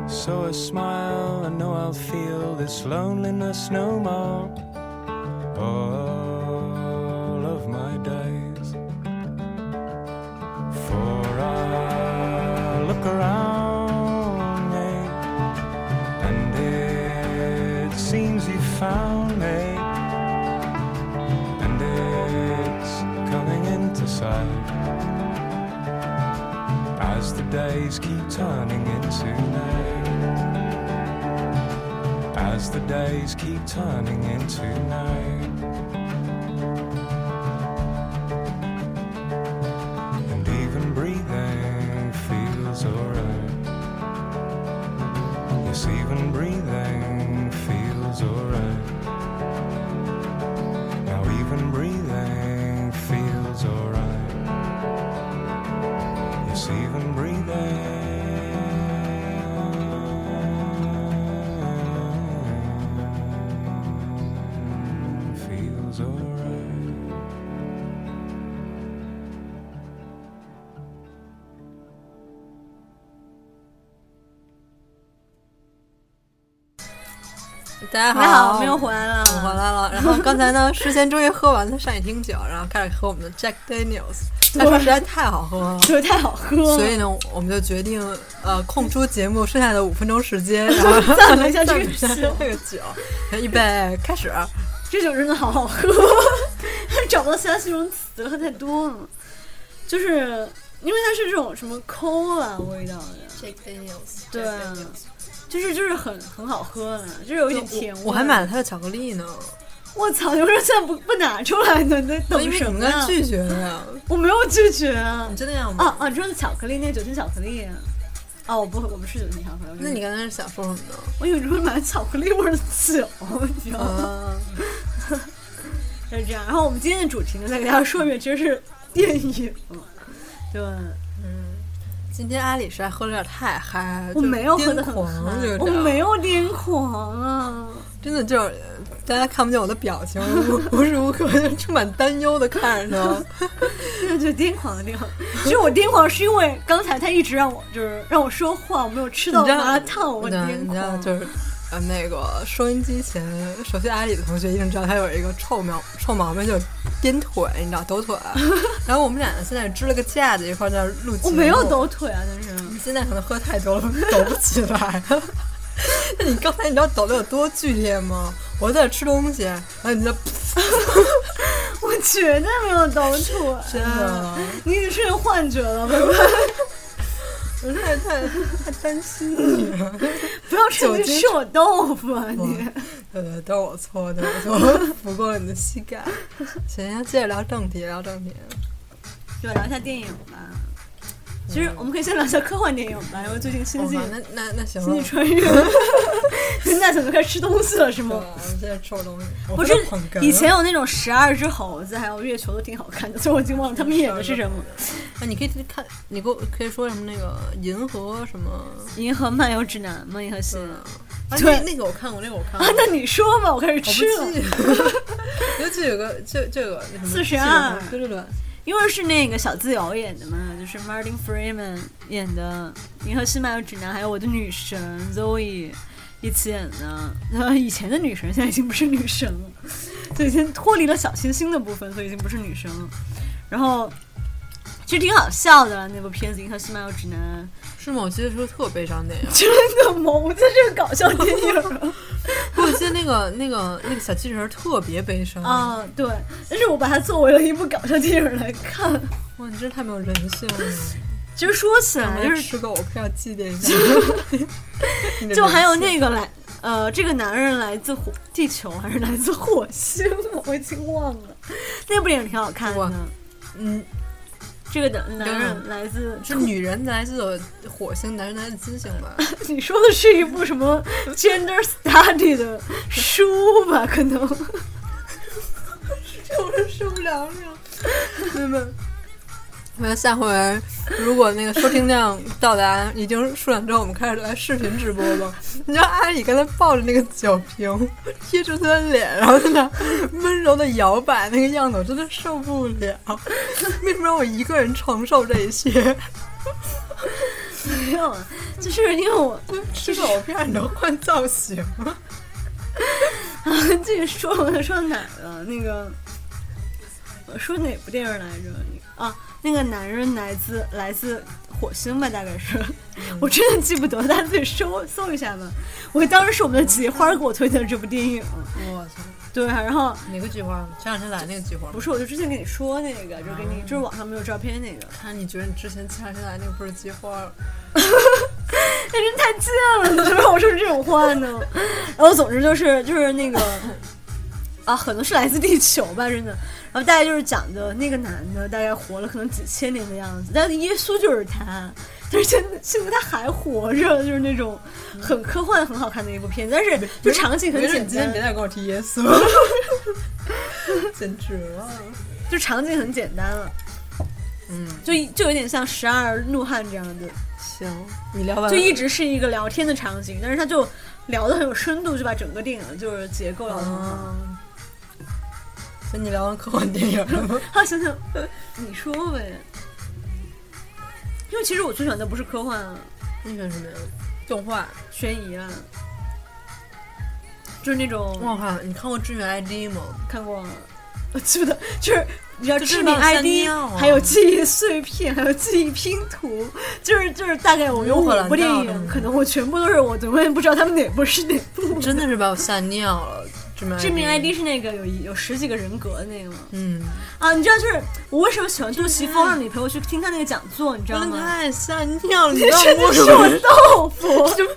[SPEAKER 4] So I smile and know I'll feel this loneliness no more. All of my days. For I look around me and it seems you found me. And it's coming into sight. As the days keep turning into night. As the days keep turning into night. And even breathing feels alright. Yes, even breathing feels alright. Now, even breathing feels alright. Yes, even breathing feels alright.
[SPEAKER 3] 大家
[SPEAKER 2] 大家好，我们又回来了。
[SPEAKER 3] 我回来了。然后刚才呢，诗仙终于喝完了上一听酒，然后开始喝我们的 Jack Daniels，他说实在太好喝了。
[SPEAKER 2] 酒太好喝
[SPEAKER 3] 所
[SPEAKER 2] 了，
[SPEAKER 3] 以呢，我们就决定呃空出节目剩下的五分钟时间，然后
[SPEAKER 2] 赞美一下这个
[SPEAKER 3] 赞美一下
[SPEAKER 2] 酒
[SPEAKER 3] 这个酒。预备开始，
[SPEAKER 2] 这酒真的好好喝， 找不到其他形容词了，喝太多了。就是因为它是这种什么 cola 味道的，
[SPEAKER 3] Jack Daniels，
[SPEAKER 2] 对就是就是很很好喝的，就是有一点甜味
[SPEAKER 3] 我还买了他的巧克力呢，
[SPEAKER 2] 我操！你为什么现在不不拿出来呢？你在
[SPEAKER 3] 因
[SPEAKER 2] 等
[SPEAKER 3] 为
[SPEAKER 2] 什
[SPEAKER 3] 你
[SPEAKER 2] 么
[SPEAKER 3] 刚
[SPEAKER 2] 呀
[SPEAKER 3] 才？拒绝了呀，
[SPEAKER 2] 我没有拒绝啊
[SPEAKER 3] 你！就那样
[SPEAKER 2] 哦
[SPEAKER 3] 吗？
[SPEAKER 2] 哦，你说的巧克力，那个酒精巧克力。哦，我不，我不是酒精巧克力。我
[SPEAKER 3] 那你刚才是想说什么呢？
[SPEAKER 2] 我以为你会买巧克力味儿的酒，你知道吗？
[SPEAKER 3] 啊，
[SPEAKER 2] 就是这样。然后我们今天的主题呢，再给大家说一遍，其实是电影。对，
[SPEAKER 3] 今天阿里实在喝的有点太嗨，
[SPEAKER 2] 我
[SPEAKER 3] 就
[SPEAKER 2] 没有喝的
[SPEAKER 3] 癫
[SPEAKER 2] 很
[SPEAKER 3] 狂，就
[SPEAKER 2] 嗨
[SPEAKER 3] 是，
[SPEAKER 2] 我没有癫狂啊！
[SPEAKER 3] 真的就是大家看不见我的表情，我无时无刻就充满担忧的看着他。
[SPEAKER 2] 对对，癫狂的癫狂。其实我癫狂是因为刚才他一直让我就是让我说话，我没有吃到
[SPEAKER 3] 你知道
[SPEAKER 2] 麻辣啊烫，我
[SPEAKER 3] 你知道
[SPEAKER 2] 癫
[SPEAKER 3] 你知道
[SPEAKER 2] 狂。
[SPEAKER 3] 就是。呃，那个收音机前熟悉阿里的同学一定知道，他有一个臭毛臭毛病，就是颠腿，你知道抖腿。啊 然后我们俩现在支了个架子一块儿在那儿录节目。
[SPEAKER 2] 我没有抖腿啊，但是。
[SPEAKER 3] 你现在可能喝太多了， 抖不起来。 那你刚才你知道抖的有多剧烈吗？我在这吃东西，然后你就
[SPEAKER 2] 我绝对没有抖腿，
[SPEAKER 3] 真的，
[SPEAKER 2] 你已经是有幻觉了，拜拜！
[SPEAKER 3] 我太太太担心你了。
[SPEAKER 2] 不要趁机吃我豆腐啊你！
[SPEAKER 3] 对对，都是我错，都是我错，不过了你的膝盖。 行，行，接着聊正题，聊正题。
[SPEAKER 2] 就聊一下电影吧。其实我们可以先聊一下科幻电影吧，因为最近《星
[SPEAKER 3] 我
[SPEAKER 2] 际
[SPEAKER 3] 操，哦那那那行
[SPEAKER 2] 星际
[SPEAKER 3] 了。
[SPEAKER 2] 穿越》，大小就开始吃东西了是
[SPEAKER 3] 嗯对，我
[SPEAKER 2] 吗？
[SPEAKER 3] 们现在吃东西。
[SPEAKER 2] 不
[SPEAKER 3] 我
[SPEAKER 2] 是
[SPEAKER 3] 真的捧哏，
[SPEAKER 2] 以前有那种十二只猴子，还有月球都挺好看的，所以我已经忘了他们演的是什么
[SPEAKER 3] 哎，你可以看，你给我可以说什么那个银河什么？
[SPEAKER 2] 《 银河漫游指南》吗？银河系
[SPEAKER 3] 嗯
[SPEAKER 2] 啊？，
[SPEAKER 3] 啊
[SPEAKER 2] 对
[SPEAKER 3] 那那个我看过，那个我看过
[SPEAKER 2] 啊。那啊你说吧，我开始
[SPEAKER 3] 我不
[SPEAKER 2] 吃了。
[SPEAKER 3] 记得， 就就有个就就有个那什么
[SPEAKER 2] 42
[SPEAKER 3] 对对对，
[SPEAKER 2] 因为是那个小自由演的嘛，就是 Martin Freeman 演的《银河系漫游指南》，还有我的女神 Zoe 一起演的。然后以前的女神现在已经不是女神了，就已经脱离了小清新的部分，所以已经不是女神了。然后其实挺好笑的那部片子《银河系漫游指南》，
[SPEAKER 3] 是吗？我记得是个特悲伤电影
[SPEAKER 2] 真的吗？我觉得这是搞笑电影啊。
[SPEAKER 3] 不过记得那个那个那个小机器人儿特别悲 伤，
[SPEAKER 2] 啊、对，但是我把它作为了一部搞笑电影来看。
[SPEAKER 3] 哇，你真太没有人性 了！
[SPEAKER 2] 其实说起来，哎就
[SPEAKER 3] 就是吃狗，我非要祭奠一 下。 你的
[SPEAKER 2] 就还有
[SPEAKER 3] 人性
[SPEAKER 2] 那个来，呃，这个男人来自火地球还是来自火星？我已经忘了。那部电影挺好看
[SPEAKER 3] 我
[SPEAKER 2] 的。
[SPEAKER 3] 嗯，
[SPEAKER 2] 这个男男
[SPEAKER 3] 嗯
[SPEAKER 2] 人来自
[SPEAKER 3] 是女人来自火星，男人来自金星吧？
[SPEAKER 2] 你说的是一部什 么 gender study 的书吧？可能
[SPEAKER 3] 我真受不了了，妹 妹。我们下回如果那个收听量到达一定数量之后，我们开始来视频直播吧。你知道阿里刚才抱着那个酒瓶贴住他的脸，然后在那温柔的摇摆那个样子，我真的受不了。为什么让我一个人承受这一切？
[SPEAKER 2] 没有啊，就是因为我
[SPEAKER 3] 吃狗片你能换造型吗？
[SPEAKER 2] 这个说说哪儿了？那个我说哪部电影来着？啊，那个男人来自来自火星吧，大概是， 我真的记不得，大家自己搜搜一下吧。我当时是我们的菊花给我推荐的这部电影，
[SPEAKER 3] 我操，
[SPEAKER 2] 对，然后
[SPEAKER 3] 哪个菊花？前两天来那个菊花
[SPEAKER 2] 不是，我就之前跟你说那个，就给你，就是网上没有照片那个，
[SPEAKER 3] 看，你觉得你之前前两天来那个不是菊花？
[SPEAKER 2] 那人太贱了，怎么让我说出这种话呢？ 然后总之就是就是那个啊，可能是来自地球吧，真的。然后大概就是讲的那个男的，大概活了可能几千年的样子，但是耶稣就是他，但是现现在他还活着，就是那种很科幻、很好看的一部片，子，但是就场景很
[SPEAKER 3] 没事，
[SPEAKER 2] 简
[SPEAKER 3] 你今天别
[SPEAKER 2] 单，
[SPEAKER 3] 再跟我提耶 稣，简直了！
[SPEAKER 2] 就场景很简单了，
[SPEAKER 3] 嗯，
[SPEAKER 2] 就就有点像《十二怒汉》这样的，
[SPEAKER 3] 行，你聊完
[SPEAKER 2] 就一直是一个聊天的场景，但是他就聊的很有深度，就把整个电影就是结构聊得很好。
[SPEAKER 3] 嗯，所以你聊完科幻电影了吗？
[SPEAKER 2] 啊，想想，你说呗。因为其实我最喜欢的不是科幻啊，
[SPEAKER 3] 你选什么呀？动画。
[SPEAKER 2] 悬疑啊，就是那种
[SPEAKER 3] 我靠，你看过《致命 ID》吗？
[SPEAKER 2] 看过啊，我 记不得，就是你知道
[SPEAKER 3] 就
[SPEAKER 2] 致
[SPEAKER 3] 是
[SPEAKER 2] 命
[SPEAKER 3] 那三
[SPEAKER 2] ID，、
[SPEAKER 3] 尿啊
[SPEAKER 2] 还有记忆碎片，还有记忆拼图，就是就是大概我有五
[SPEAKER 3] 乌克兰
[SPEAKER 2] 部电
[SPEAKER 3] 道的哎
[SPEAKER 2] 影，
[SPEAKER 3] 吗
[SPEAKER 2] 可能我全部都是我永远不知道他们哪部是哪部。
[SPEAKER 3] 真的是把我吓尿了，《致命 ID》。
[SPEAKER 2] 致命 ID 是那个有一有十几个人格的那个吗？
[SPEAKER 3] 嗯，
[SPEAKER 2] 啊，你知道就是我为什么喜欢杜琪峰，让你陪我去听他那个讲座，你知道
[SPEAKER 3] 真的
[SPEAKER 2] 吗？
[SPEAKER 3] 太吓尿了， 你知道
[SPEAKER 2] 真的
[SPEAKER 3] 我
[SPEAKER 2] 是
[SPEAKER 3] 什么
[SPEAKER 2] 我豆 腐。
[SPEAKER 3] 就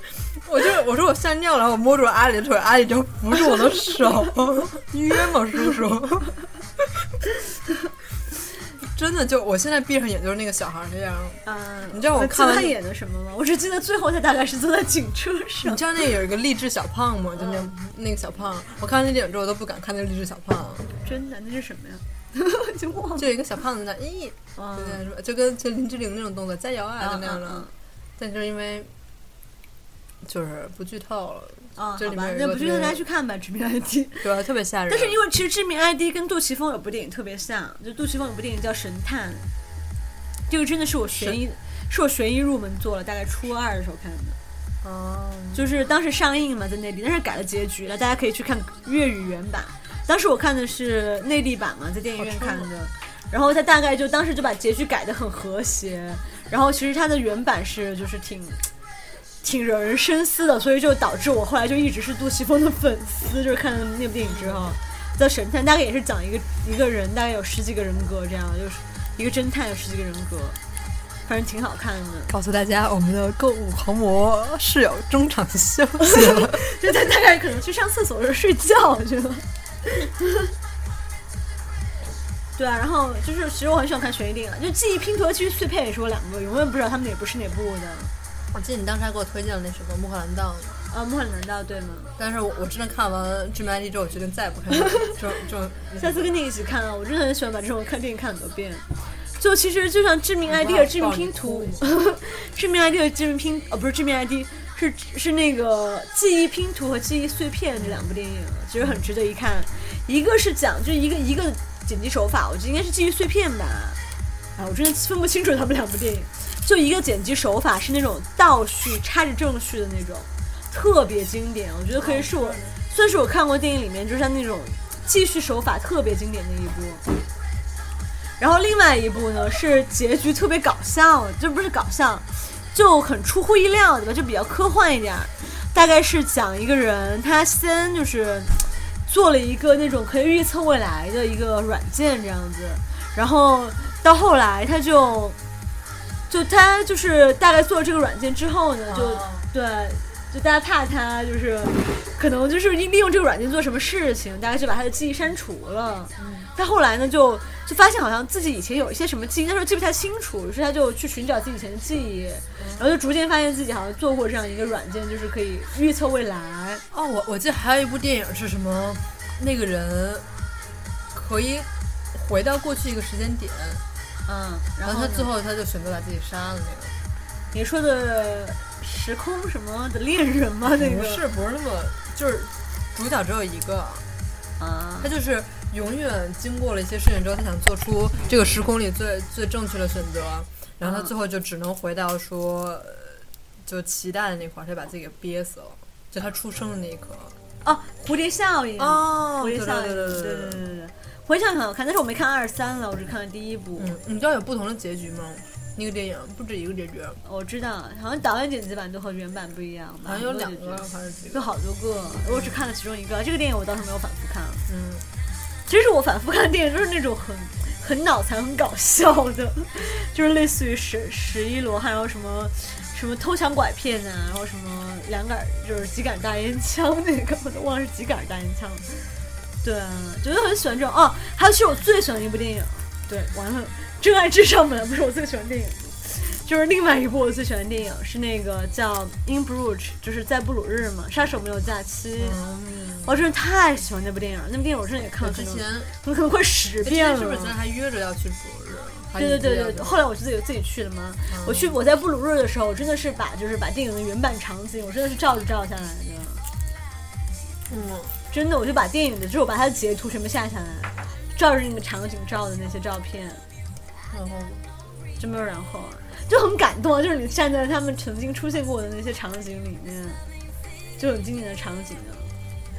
[SPEAKER 3] 我就我说我吓尿了，然后我摸住阿里的腿，阿里就扶住我的手， 约吗，叔叔？ 真的就我现在闭上眼就是那个小孩那样，
[SPEAKER 2] 嗯，
[SPEAKER 3] 你知道我
[SPEAKER 2] 我
[SPEAKER 3] 看完
[SPEAKER 2] 他演的什么吗？我只记得最后他大概是坐在警车
[SPEAKER 3] 你
[SPEAKER 2] 上。
[SPEAKER 3] 知道那有一个励志小胖吗？就那、那个小胖，我看完那电影之后我都不敢看那个励志小胖，
[SPEAKER 2] 真的，那是什么呀？ 就忘了。
[SPEAKER 3] 就有一个小胖子在那咦，
[SPEAKER 2] 啊
[SPEAKER 3] 就在那呃说就跟就林志玲那种动作加油啊
[SPEAKER 2] 啊
[SPEAKER 3] 就那样的，
[SPEAKER 2] 啊
[SPEAKER 3] 但就是因为就是不剧透了，
[SPEAKER 2] 啊，
[SPEAKER 3] 这
[SPEAKER 2] 好
[SPEAKER 3] 里
[SPEAKER 2] 吧
[SPEAKER 3] 面有，一
[SPEAKER 2] 那
[SPEAKER 3] 个
[SPEAKER 2] 不去
[SPEAKER 3] 特
[SPEAKER 2] 大
[SPEAKER 3] 别
[SPEAKER 2] 家去看吧，《致命 ID》。
[SPEAKER 3] 对吧？特别吓人。
[SPEAKER 2] 但是因为其实《致命 ID》跟杜琪峰有部电影特别像，就杜琪峰有部电影叫《神探》，这个真的是我悬疑，是我悬疑入门做了，大概初二的时候看的。
[SPEAKER 3] 哦，
[SPEAKER 2] 就是当时上映嘛，在内地，但是改了结局了，大家可以去看粤语原版。当时我看的是内地版嘛，在电影院看的，然后他大概就当时就把结局改得很和谐，然后其实他的原版是就是挺。挺惹人深思的，所以就导致我后来就一直是杜琪峰的粉丝。就是看了那部电影之后，叫《神探》，大概也是讲一个一个人，大概有十几个人格这样，就是一个侦探有十几个人格，反正挺好看的。
[SPEAKER 3] 告诉大家，我们的购物狂魔室友中场休息了。
[SPEAKER 2] 就他大概可能去上厕所的时候睡觉，我觉得。 对啊，然后就是其实我很喜欢看悬疑电影，就《记忆拼图》和《记忆碎片》也是我两个永远不知道他们哪部是哪部的。
[SPEAKER 3] 我记得你当时还给我推荐了那什么《穆赫兰道
[SPEAKER 2] 啊，《穆罕兰道》对吗？》，
[SPEAKER 3] 但是我我真的看完《致命 ID》之后，我决定再也不看了。就就
[SPEAKER 2] 下次跟你一起看啊！我真的很喜欢把这种看电影看很多遍。就其实就像《致命 ID》和《致命拼图》，《 致命 ID》和《致命拼》哦，不是《致命 ID》，是是那个《记忆拼图》和《记忆碎片》这两部电影，其实很值得一看。一个是讲就一个一个剪辑手法，我觉得应该是《记忆碎片》吧。啊，我真的分不清楚他们两部电影。就一个剪辑手法是那种倒叙插着正叙的那种，特别经典。我觉得可以是我算是我看过电影里面就是像那种记叙手法特别经典的一部。然后另外一部呢是结局特别搞笑，就不是搞笑，就很出乎意料，对吧？就比较科幻一点儿。大概是讲一个人，他先就是做了一个那种可以预测未来的一个软件这样子，然后到后来他就就他就是大概做了这个软件之后呢，就、对。就大家怕他，就是可能就是利用这个软件做什么事情，大概就把他的记忆删除了。他后来呢，就就发现好像自己以前有一些什么记忆，但是记不太清楚，于是他就去寻找自己以前的记忆，然后就逐渐发现自己好像做过这样一个软件，就是可以预测未来。
[SPEAKER 3] 哦，我我记得还有一部电影是什么？那个人可以回到过去一个时间点，
[SPEAKER 2] 嗯，然
[SPEAKER 3] 然后
[SPEAKER 2] 后
[SPEAKER 3] 他
[SPEAKER 2] 呢
[SPEAKER 3] 最后他就选择把自己杀了那
[SPEAKER 2] 你说的时空什么的恋人吗？那个
[SPEAKER 3] 个。不是不是那么，就是主角只有一个，
[SPEAKER 2] 啊
[SPEAKER 3] 他，就是永远经过了一些事情之后，他想做出这个时空里最最正确的选择，然
[SPEAKER 2] 嗯
[SPEAKER 3] 后他最后就只能回到说，呃就脐带的那块儿，他把自己给憋死了，就他出生的那一刻。
[SPEAKER 2] 哦，蝴蝶效应
[SPEAKER 3] 哦
[SPEAKER 2] 蝴蝶
[SPEAKER 3] 对对
[SPEAKER 2] 效应，
[SPEAKER 3] 对
[SPEAKER 2] 对
[SPEAKER 3] 对
[SPEAKER 2] 对
[SPEAKER 3] 对对。
[SPEAKER 2] 对对。蝴蝶效应很好看，但是我没看二三了，我只看了第一部。
[SPEAKER 3] 嗯，你知道有不同的结局吗？那个电影不止一个结局，
[SPEAKER 2] 我知道，好像导演剪辑版都和原版不一样吧？
[SPEAKER 3] 好像有两
[SPEAKER 2] 很多
[SPEAKER 3] 个
[SPEAKER 2] 结局
[SPEAKER 3] 还是几
[SPEAKER 2] 有
[SPEAKER 3] 个。
[SPEAKER 2] 好多个，我只看了其中一个。这个电影我倒是没有反复看。
[SPEAKER 3] 嗯，
[SPEAKER 2] 其实我反复看电影都是那种很很脑残、很搞笑的， 就是类似于十十一罗汉，然后什么什么偷抢拐骗呐、然后什么两杆儿就是几杆大烟枪那个，我都忘了是几杆大烟枪。对啊，就是很喜欢这种哦。还有，其实我最喜欢的一部电影，对，完了，《真爱至上》本来不是我最喜欢的电影，就是另外一部我最喜欢的电影是那个叫《In Bruges》，就是在布鲁日嘛，《杀手没有假期》
[SPEAKER 3] 嗯
[SPEAKER 2] 我真的太喜欢那部电影了，那部电影我真的也看
[SPEAKER 3] 我
[SPEAKER 2] 了
[SPEAKER 3] 之
[SPEAKER 2] 嗯很多
[SPEAKER 3] 前，
[SPEAKER 2] 我可能快十
[SPEAKER 3] 哎之
[SPEAKER 2] 遍
[SPEAKER 3] 前
[SPEAKER 2] 了。
[SPEAKER 3] 是不是咱还约着要去博日？啊还
[SPEAKER 2] 对对
[SPEAKER 3] 一定
[SPEAKER 2] 对
[SPEAKER 3] 要
[SPEAKER 2] 对，
[SPEAKER 3] 去
[SPEAKER 2] 后来我自己自己去的
[SPEAKER 3] 嗯
[SPEAKER 2] 嘛。我去我在布鲁日的时候，我真的是把就是把电影的原版场景，我真的是照着照下来的。
[SPEAKER 3] 嗯，
[SPEAKER 2] 真的，我就把电影的就是我把它的截图全部下下来，照着那个场景照的那些照片，
[SPEAKER 3] 然后
[SPEAKER 2] 就没有然后了，就很感动啊。就是你站在他们曾经出现过的那些场景里面，就很经典的场景啊。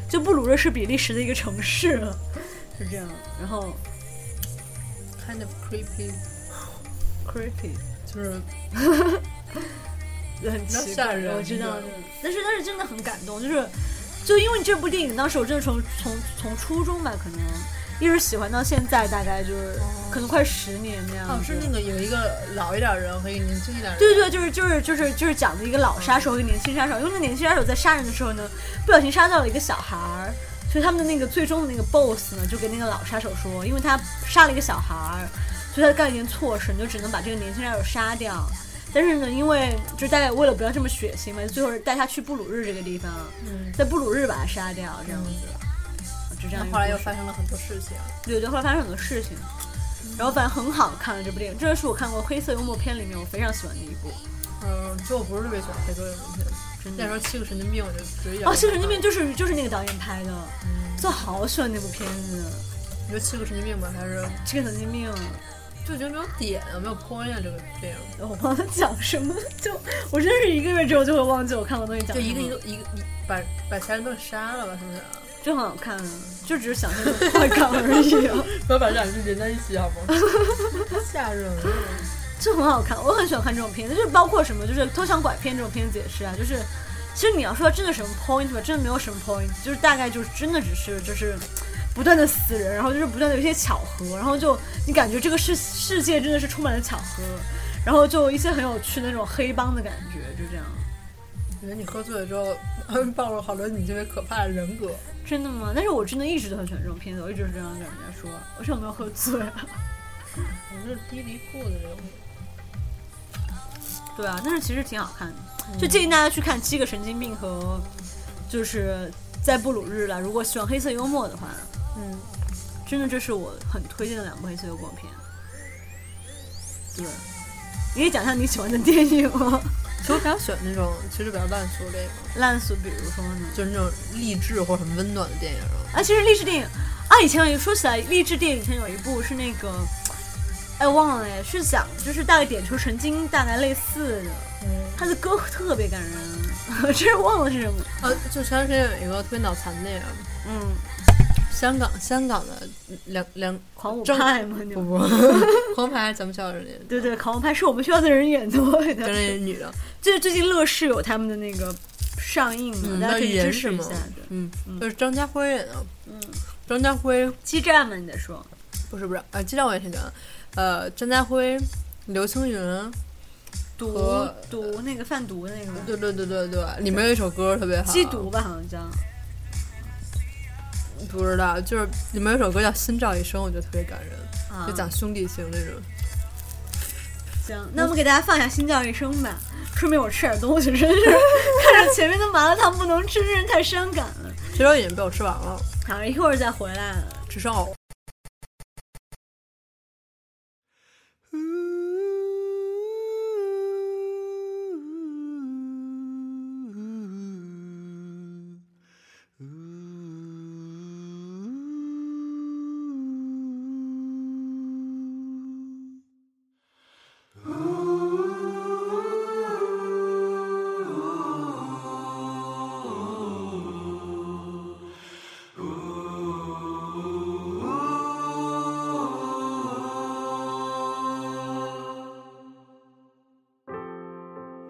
[SPEAKER 2] 就布鲁日是比利时的一个城市了，就这样。然后
[SPEAKER 3] kind of creepy，
[SPEAKER 2] creepy。
[SPEAKER 3] 就是
[SPEAKER 2] 很
[SPEAKER 3] 比较
[SPEAKER 2] 奇怪
[SPEAKER 3] 吓人
[SPEAKER 2] 我知道
[SPEAKER 3] 对
[SPEAKER 2] 的。但是但是真的很感动，就是就因为这部电影，当时我真的从从从初中吧，可能一直喜欢到现在，大概就是、可能快十年那样子。
[SPEAKER 3] 哦，是那个有一个老一点儿人和一个年轻一点儿人。
[SPEAKER 2] 对对对，就是就是就是就是讲的一个老杀手和一个年轻杀手，因为那年轻杀手在杀人的时候呢，不小心杀到了一个小孩儿，所以他们的那个最终的那个 boss 呢，就跟那个老杀手说，因为他杀了一个小孩儿，所以他干了一件错事，你就只能把这个年轻杀手杀掉。但是呢，因为就是大家为了不要这么血腥嘛，最后是带他去布鲁日这个地方，
[SPEAKER 3] 嗯
[SPEAKER 2] 在布鲁日把他杀掉，这样
[SPEAKER 3] 嗯
[SPEAKER 2] 子，就这样一个故
[SPEAKER 3] 那
[SPEAKER 2] 事。
[SPEAKER 3] 后来又发生了很多事情。
[SPEAKER 2] 对对，后来发生很多事情，然后反正很好看这部电影，这是我看过黑色幽默片里面我非常喜欢的一部，
[SPEAKER 3] 嗯，其实我不是特别喜欢黑色幽默片，
[SPEAKER 2] 真的
[SPEAKER 3] 那时。候《七个神经病》我就觉得有点
[SPEAKER 2] 哦，《精神疾病》就是就是那个导演拍的，就好喜欢那部片子，
[SPEAKER 3] 你觉得《七个神经病》吧，还是
[SPEAKER 2] 《这个神经病》，
[SPEAKER 3] 就觉得没有点啊，没有 point 啊，这个电影。
[SPEAKER 2] 我忘了讲什么，就我真是一个月之后就会忘记我看过东西讲什
[SPEAKER 3] 就
[SPEAKER 2] 么，
[SPEAKER 3] 一个一个一个一把把其他人都给杀了吧，是不啊是？
[SPEAKER 2] 就很好看，就只是想象的快感而已啊，
[SPEAKER 3] 不 要把这两句连在一起好吗？ 吓人啊了！
[SPEAKER 2] 就很好看，我很喜欢看这种片子，就是包括什么，就是偷抢拐骗这种片子也是啊，就是其实你要说真的什么 point 吧，真的没有什么 point，就是大概就是真的只是就是不断的死人，然后就是不断的有一些巧合，然后就你感觉这个世世界真的是充满了巧合，然后就一些很有趣的那种黑帮的感觉，就这样。
[SPEAKER 3] 我觉得你喝醉了之后，暴露好多你这个可怕的人格。
[SPEAKER 2] 真的吗？但是我真的一直都很喜欢这种片子，我一直是这样跟人家说，我说我没有喝醉、啊。
[SPEAKER 3] 我是滴滴裤的人物。
[SPEAKER 2] 对啊，但是其实挺好看的，就建议大家去看《七个神经病》和就是在布鲁日了。如果喜欢黑色幽默的话，
[SPEAKER 3] 嗯，
[SPEAKER 2] 真的这是我很推荐的两部黑色幽默片。对，你可以讲一下你喜欢的电影吗？
[SPEAKER 3] 其实我比较喜欢那种其实比较烂俗的电影，
[SPEAKER 2] 烂俗，比如说呢？
[SPEAKER 3] 就是那种励志或者很温暖的电影啊。
[SPEAKER 2] 啊，其实励志电影啊，以前有说起来励志电影，以前有一部是那个，哎，忘了哎，是讲就是大概点球神经大概类似的，他的歌特别感人， 我真是忘了是什么。
[SPEAKER 3] 啊，就前段时间有一个特别脑残的电影，
[SPEAKER 2] 嗯，
[SPEAKER 3] 香港香港的两两
[SPEAKER 2] 狂舞
[SPEAKER 3] 正
[SPEAKER 2] 派嘛，你
[SPEAKER 3] 不
[SPEAKER 2] 们
[SPEAKER 3] 不， 黄牌咱们学校人家
[SPEAKER 2] 对对， 狂舞派是我们学校的人演的，我给他
[SPEAKER 3] 跟那女的，
[SPEAKER 2] 就是最近乐视有他们的那个上映了，
[SPEAKER 3] 嗯
[SPEAKER 2] 大家可
[SPEAKER 3] 那
[SPEAKER 2] 以
[SPEAKER 3] 语言
[SPEAKER 2] 支
[SPEAKER 3] 是
[SPEAKER 2] 持一
[SPEAKER 3] 吗
[SPEAKER 2] 下的。
[SPEAKER 3] 嗯，就是张家辉演的。
[SPEAKER 2] 嗯，
[SPEAKER 3] 张家辉
[SPEAKER 2] 激战嘛，你在说？
[SPEAKER 3] 不是不是，呃，鸡蛋我也挺喜欢。呃，张家辉、刘青云，
[SPEAKER 2] 毒
[SPEAKER 3] 和
[SPEAKER 2] 毒那个贩毒那个吧，
[SPEAKER 3] 对对对对对，里面有一首歌特别好，
[SPEAKER 2] 吸毒吧，好像叫。
[SPEAKER 3] 不知道，就是里面有一首歌叫《心照一生》，我觉得特别感人，
[SPEAKER 2] 啊
[SPEAKER 3] 就讲兄弟情那种。
[SPEAKER 2] 行，那我们给大家放一下《新教一生》吧。顺便我吃点东西，真是 看着前面的麻辣烫不能吃，真是太伤感了。
[SPEAKER 3] 这周已经被我吃完了，
[SPEAKER 2] 好，一会儿再回来了。
[SPEAKER 3] 只剩藕。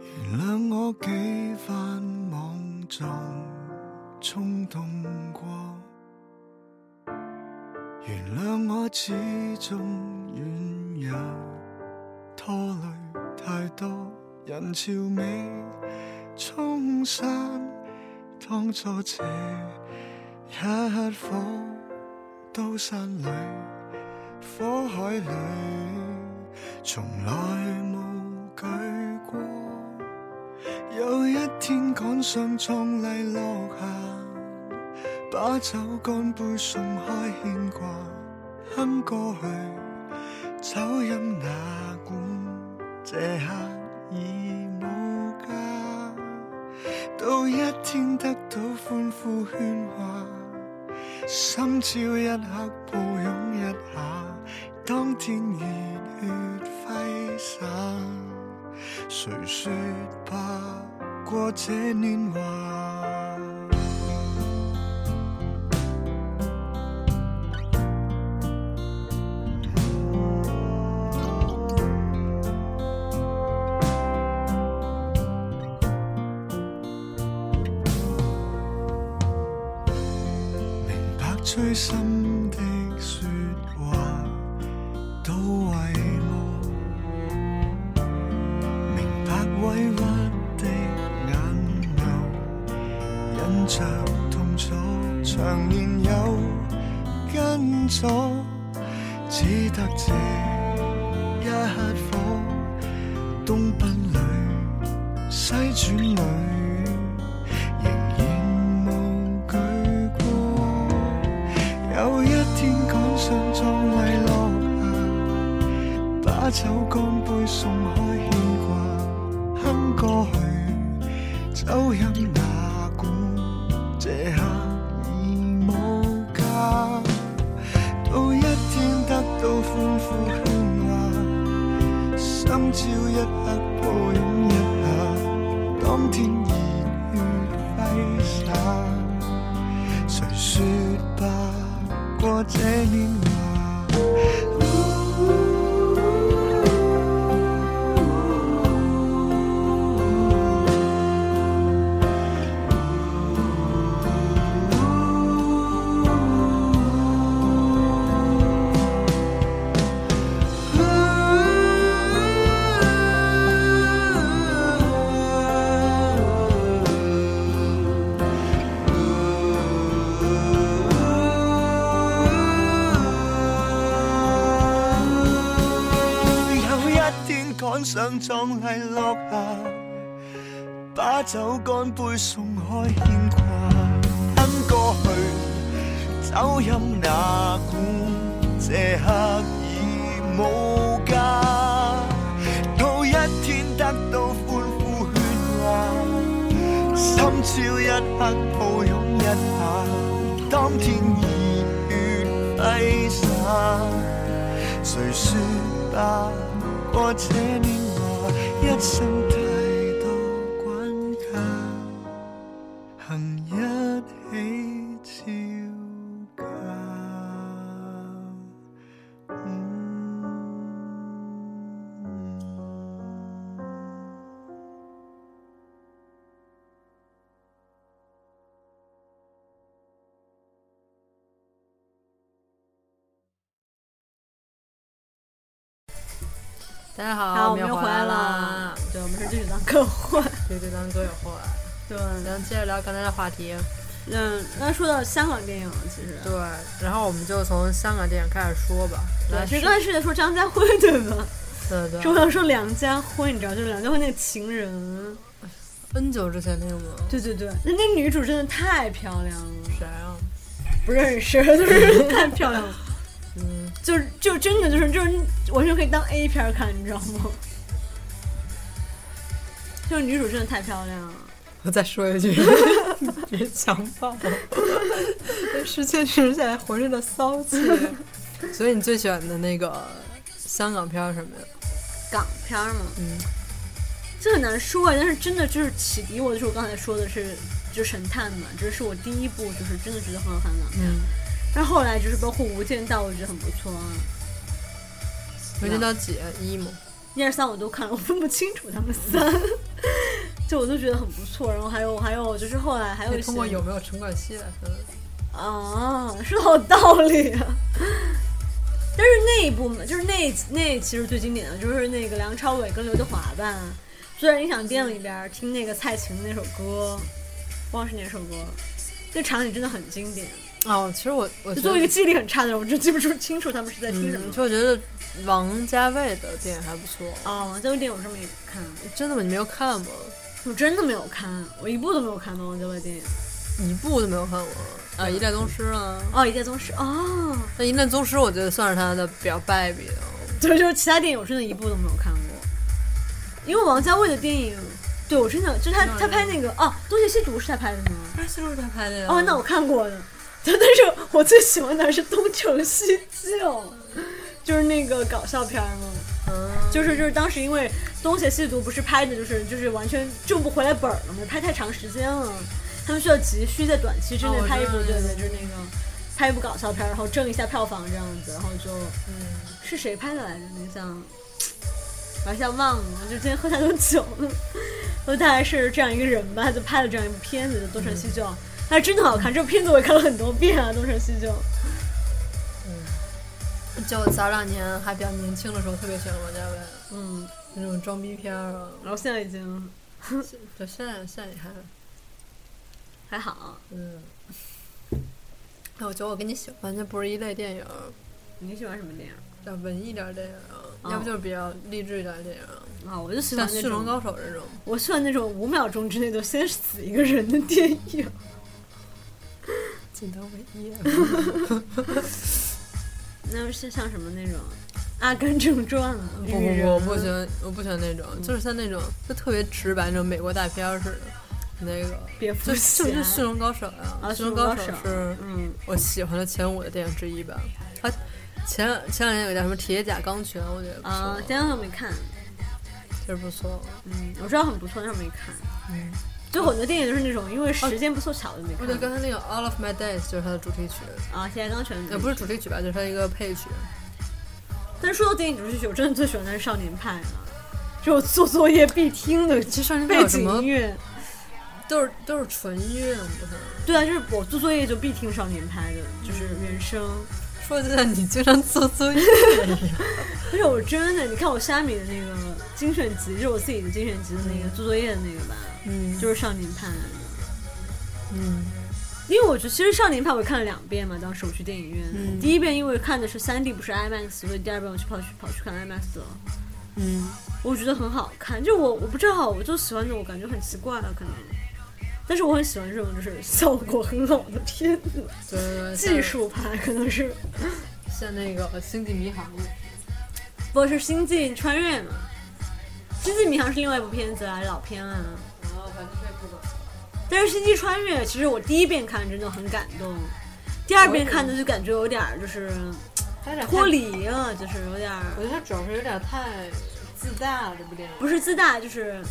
[SPEAKER 4] 原谅我几番莽撞冲动过，原谅我始终软弱，拖累太多人潮尾冲散，当作这一火刀山里，火海里，從來無懼過。有一天趕上壯麗落霞，把酒乾杯送開牽掛，哼過去，酒飲哪管這刻已無價。到一天得到歡呼喧嘩，心照一刻抱擁一下，當天熱血揮灑。谁说怕过这年华？明白最深的说话都为我。明白委屈的眼眸，忍着痛楚，長年有跟阻，只得這一刻火，東奔裏，西轉裏，仍然無懼過。有一天趕上壯麗落霞。把酒乾杯送開牽掛，哼過去，酒飲哪管這刻已無價。到一天得到歡呼喧嘩，心照一刻抱擁一下，當天熱血揮灑，誰説吧，過這年華。有一天趕上壯麗落霞，把酒乾杯送開牽掛，跟過去，酒飲那管，這刻已無價。到一天得到歡呼喧嘩，心照一刻抱擁一下，當天熱血揮灑。谁说吧，过这年华，一生太多关卡，行一起照家。嗯
[SPEAKER 3] 大家好，
[SPEAKER 2] 好，我
[SPEAKER 3] 我
[SPEAKER 2] 们又
[SPEAKER 3] 回
[SPEAKER 2] 回来了
[SPEAKER 3] 了。。
[SPEAKER 2] 对，我们是继续当客户。
[SPEAKER 3] 对对，当歌友会。
[SPEAKER 2] 对，
[SPEAKER 3] 然后接着聊刚才的话题。
[SPEAKER 2] 嗯，刚才说到香港电影，其实
[SPEAKER 3] 对，然后我们就从香港电影开始说吧。来，
[SPEAKER 2] 其实
[SPEAKER 3] 说
[SPEAKER 2] 刚才是在说张家辉，对吧？
[SPEAKER 3] 对对
[SPEAKER 2] 说
[SPEAKER 3] 对
[SPEAKER 2] 到说梁家辉，你知道，就是梁家辉那个情人，
[SPEAKER 3] ，N 久之前那个吗？
[SPEAKER 2] 对对对，那那女主真的太漂亮了，
[SPEAKER 3] 谁啊？
[SPEAKER 2] 不认识，就是太漂亮了，
[SPEAKER 3] 嗯，
[SPEAKER 2] 就是就真的就是就是完全可以当 A 片儿看，你知道吗？就是女主真的太漂亮了，
[SPEAKER 3] 我再说一句， 别强暴。是确实现在浑身的骚气。所以你最喜欢的那个香港片儿什么呀？
[SPEAKER 2] 港片儿嘛，
[SPEAKER 3] 嗯，
[SPEAKER 2] 这很难说啊，但是真的就是启迪我的是我刚才说的是。就是神探嘛，这是我第一部，就是真的觉得很好看的。
[SPEAKER 3] 嗯，
[SPEAKER 2] 但后来就是包括《无间道》，我觉得很不错啊。
[SPEAKER 3] 《无间道》几啊一吗？
[SPEAKER 2] 一二三我都看了，我分不清楚他们三，就我都觉得很不错。然后还有还有就是后来还有
[SPEAKER 3] 可
[SPEAKER 2] 一
[SPEAKER 3] 以
[SPEAKER 2] 些
[SPEAKER 3] 通过有没有陈冠希来分。
[SPEAKER 2] 啊，是好道理啊。但是那一部嘛，就是那那其实最经典的就是那个梁朝伟跟刘德华吧。坐在音响店里边儿听那个蔡琴那首歌，忘了是哪首歌，这场景真的很经典。
[SPEAKER 3] 哦，其实我我
[SPEAKER 2] 就
[SPEAKER 3] 觉
[SPEAKER 2] 作为一
[SPEAKER 3] 得
[SPEAKER 2] 个，记忆力很差的人，我真记不住清楚他们是在听什么
[SPEAKER 3] 嗯，。就我觉得王家卫的电影还不错。
[SPEAKER 2] 哦，在微电影我这么一看，
[SPEAKER 3] 真的吗？你没有看吗？
[SPEAKER 2] 我真的没有看，我一部都没有看到王家卫电影。
[SPEAKER 3] 一部都没有看过啊，《一代宗师》啊。
[SPEAKER 2] 哦，一代宗师哦，
[SPEAKER 3] 那《一代宗师》我觉得算是他的比较败笔的。
[SPEAKER 2] 对， 就是其他电影我真的一部都没有看过，因为王家卫的电影，对我真的就是他他拍那个哦，《东邪西毒》是他拍的吗？
[SPEAKER 3] 那就是他拍的呀
[SPEAKER 2] 哦，那我看过的，但但是我最喜欢的是《东成西就》，就是那个搞笑片儿嘛。就是就是当时因为《东邪西毒》不是拍的就是就是完全挣不回来本儿了嘛，拍太长时间了，他们需要急需在短期之
[SPEAKER 3] 哦
[SPEAKER 2] 内
[SPEAKER 3] 我
[SPEAKER 2] 拍一
[SPEAKER 3] 知
[SPEAKER 2] 部，
[SPEAKER 3] 道
[SPEAKER 2] 对
[SPEAKER 3] 那
[SPEAKER 2] 对，
[SPEAKER 3] 个
[SPEAKER 2] 就是那个拍一部搞笑片儿，然后挣一下票房这样子，然后就嗯，是谁拍的来着？那个像，我一下忘了，就今天喝太多酒了，我大概是这样一个人吧，就拍了这样一部片子，就《东成西就》但是真的好看，这部片子我也看了很多遍啊，《东成西就》。
[SPEAKER 3] 就早两年还比较年轻的时候，特别喜欢王家卫
[SPEAKER 2] 嗯，
[SPEAKER 3] 那种装逼片儿啊。
[SPEAKER 2] 然后现在已经
[SPEAKER 3] 对，现在现在也还
[SPEAKER 2] 还好，
[SPEAKER 3] 嗯。哎，我觉得我跟你喜欢的不是一类电影，
[SPEAKER 2] 你喜欢什么电影？
[SPEAKER 3] 要文艺点儿电影，
[SPEAKER 2] 哦
[SPEAKER 3] 要不就是比较励志一点儿电影，
[SPEAKER 2] 啊，我就喜
[SPEAKER 3] 像
[SPEAKER 2] 欢
[SPEAKER 3] 《
[SPEAKER 2] 那
[SPEAKER 3] 驯龙
[SPEAKER 2] 种，
[SPEAKER 3] 高手》这种。
[SPEAKER 2] 我喜欢那种五秒钟之内就先死一个人的电 影。
[SPEAKER 3] 锦藤唯一。啊
[SPEAKER 2] 那是像什么那种《阿甘正传》啊？
[SPEAKER 3] 不
[SPEAKER 2] 绿
[SPEAKER 3] 不
[SPEAKER 2] 人
[SPEAKER 3] 不，
[SPEAKER 2] 啊
[SPEAKER 3] 我不喜。欢，我不喜欢那种，就是像那种就特别直白那种美国大片儿似的，那个
[SPEAKER 2] 蝙蝠
[SPEAKER 3] 就
[SPEAKER 2] 侠
[SPEAKER 3] 就就《驯龙高手》呀，
[SPEAKER 2] 啊
[SPEAKER 3] 驯龙
[SPEAKER 2] 驯龙
[SPEAKER 3] 高
[SPEAKER 2] 高
[SPEAKER 3] 手
[SPEAKER 2] 手》
[SPEAKER 3] 是
[SPEAKER 2] 嗯，
[SPEAKER 3] 我喜欢的前五的电影之一吧。它前前两年有一叫什么《铁甲钢拳》，我觉得不错，
[SPEAKER 2] 啊，今天我没看，
[SPEAKER 3] 确实不错。
[SPEAKER 2] 嗯，我知道很不错，但是没看。就很多电影就是那种因为时间不凑巧的没
[SPEAKER 3] 我觉得
[SPEAKER 2] 看。
[SPEAKER 3] 刚才嗯哦那个《All of My Days》就是它的主题曲，
[SPEAKER 2] 啊，现在刚选
[SPEAKER 3] 也不是主题曲吧，就是它一个配曲。
[SPEAKER 2] 但是说到电影主题曲，我真的最喜欢的是《少年派》了，就我做作业必听的
[SPEAKER 3] 其实上面
[SPEAKER 2] 背
[SPEAKER 3] 有什
[SPEAKER 2] 景
[SPEAKER 3] 么
[SPEAKER 2] 音乐。
[SPEAKER 3] 都是都是纯乐，不是？
[SPEAKER 2] 对啊，就是我做作业就必听《少年派》的，就是
[SPEAKER 3] 嗯
[SPEAKER 2] 原声。
[SPEAKER 3] 说就像你经常做作业一样。
[SPEAKER 2] 而且我真的，你看我虾米的那个精选集，就是我自己的精选集的那个做作业的那个吧，
[SPEAKER 3] 嗯
[SPEAKER 2] 就是《少年派》来的。
[SPEAKER 3] 嗯，
[SPEAKER 2] 因为我觉得其实《少年派》我看了两遍嘛，当时我去电影院，
[SPEAKER 3] 嗯
[SPEAKER 2] 第一遍因为看的是3 D 不是 IMAX，所以第二遍我去跑去跑去看 IMAX 了。
[SPEAKER 3] 嗯，
[SPEAKER 2] 我觉得很好看，就我我不知道，我就喜欢那种感觉很奇怪啊，可能。但是我很喜欢这种就是效果很好的片子，
[SPEAKER 3] 对对对，
[SPEAKER 2] 技术派可能是，
[SPEAKER 3] 像那个《星际迷航》。
[SPEAKER 2] 不过是《星际穿越》嘛，《星际迷航》是另外一部片子啊，老片啊。但是《星际穿越》其实我第一遍看真的很感动，第二遍看的就感觉有点儿就是脱
[SPEAKER 3] 脱离，
[SPEAKER 2] 离了，就是有点儿
[SPEAKER 3] 我觉得它主要是有点太自大了，这部电影。
[SPEAKER 2] 不是自大，就是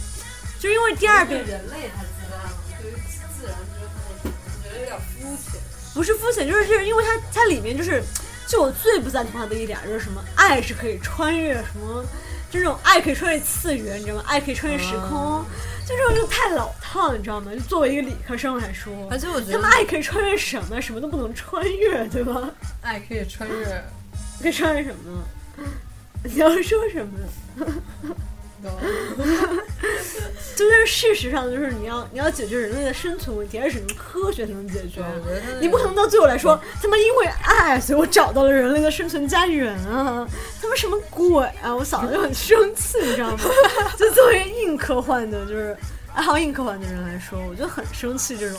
[SPEAKER 2] 就是因为第二遍
[SPEAKER 3] 人类太自大了，对于自然觉得有点肤浅。
[SPEAKER 2] 不是肤浅，就是就是因为它它里面就是，就我最不赞同它的一点就是什么爱是可以穿越什么，就这种爱可以穿越次元，你知道吗？爱可以穿越时空，就这种就太老套了，你知道吗？就作为一个理科生来说，
[SPEAKER 3] 而且我觉
[SPEAKER 2] 他
[SPEAKER 3] 得
[SPEAKER 2] 们爱可以穿越什么？什么都不能穿越，对吧？
[SPEAKER 3] 爱可以穿越，
[SPEAKER 2] 可以穿越什么？你要说什么？就但是事实上，就是你要你要解决人类的生存问题，还是只能科学才能解决。
[SPEAKER 3] 我觉得他那
[SPEAKER 2] 你不可能到最后来说，他们因为爱，所以我找到了人类的生存家园啊！他们什么鬼啊！我嫂子就很生气，你知道吗？ 就作为硬科幻的，就是爱好硬科幻的人来说，我就很生气这种，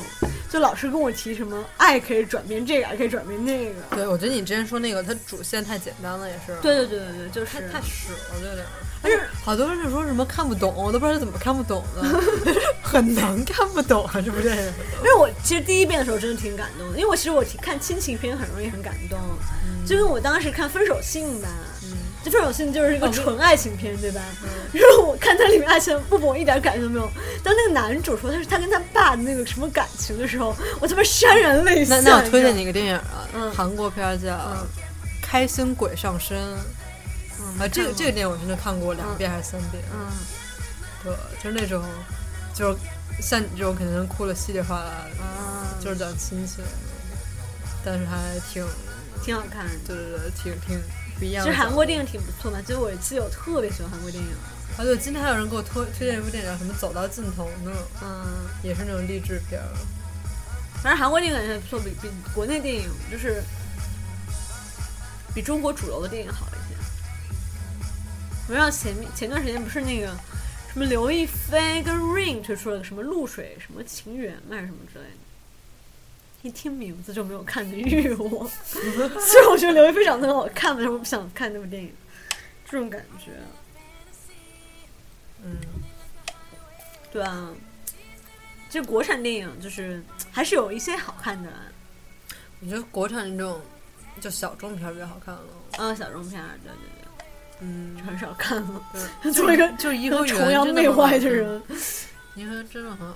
[SPEAKER 2] 就老是跟我提什么爱可以转变这个，爱可以转变那个。
[SPEAKER 3] 对，我觉得你之前说那个，它主线太简单了，也是。
[SPEAKER 2] 对对对对对，就是
[SPEAKER 3] 太太屎了，有点儿。
[SPEAKER 2] 但是
[SPEAKER 3] 好多人就说什么看不懂，我都不知道他怎么看不懂的， 很难看不懂啊，是不是？
[SPEAKER 2] 因为我其实第一遍的时候真的挺感动的，因为我其实我挺看亲情片很容易很感动，
[SPEAKER 3] 嗯
[SPEAKER 2] 就跟我当时看《分手信》吧，这《分手信》就是
[SPEAKER 3] 哦
[SPEAKER 2] 一个纯爱情片，对吧？
[SPEAKER 3] 嗯
[SPEAKER 2] 然后我看它里面爱情部分我一点感觉都没有，当那个男主说他是他跟他爸的那个什么感情的时候，我他妈潸然泪下。
[SPEAKER 3] 那那我推荐
[SPEAKER 2] 你
[SPEAKER 3] 你一嗯个电影啊，
[SPEAKER 2] 嗯
[SPEAKER 3] 韩国片儿叫《开心鬼上身》。啊，这个这个电影我真的看过两遍还是三遍。
[SPEAKER 2] 嗯
[SPEAKER 3] 对，就是那种，就是像你这种肯定哭了稀里哗啦的，
[SPEAKER 2] 嗯
[SPEAKER 3] 就是讲亲啊情，但是还
[SPEAKER 2] 知
[SPEAKER 3] 挺，
[SPEAKER 2] 道，挺好看的。
[SPEAKER 3] 对对对，挺挺不一样
[SPEAKER 2] 其
[SPEAKER 3] 的。
[SPEAKER 2] 实韩国电影挺不错嘛，其实我记得我特别喜欢韩国电影，
[SPEAKER 3] 啊，对，今天还有人给我推推荐一部电影，叫什么《走到尽头》呢，
[SPEAKER 2] 嗯。
[SPEAKER 3] 也是那种励志片儿。
[SPEAKER 2] 反正韩国电影感觉还不错，比比国内电影就是比中国主流的电影好一些。我知道前面前段时间不是那个什么刘亦菲跟 Rain 推出了个什么露水什么情缘嘛还是什么之类的，一听名字就没有看的欲望。虽然我觉得刘亦菲长得很好看，但是我不想看那部电影，这种感觉。
[SPEAKER 3] 嗯，
[SPEAKER 2] 对啊，这国产电影就是还是有一些好看的啦。
[SPEAKER 3] 我觉得国产这种就小众片儿比较好看了。
[SPEAKER 2] 啊，小众片儿，对对
[SPEAKER 3] 嗯
[SPEAKER 2] 对，，很少看了。
[SPEAKER 3] 对
[SPEAKER 2] 作为一个
[SPEAKER 3] 就是颐和
[SPEAKER 2] 跟
[SPEAKER 3] 园
[SPEAKER 2] 崇洋媚外的
[SPEAKER 3] 真
[SPEAKER 2] 人，
[SPEAKER 3] 很好看，颐和园真的很好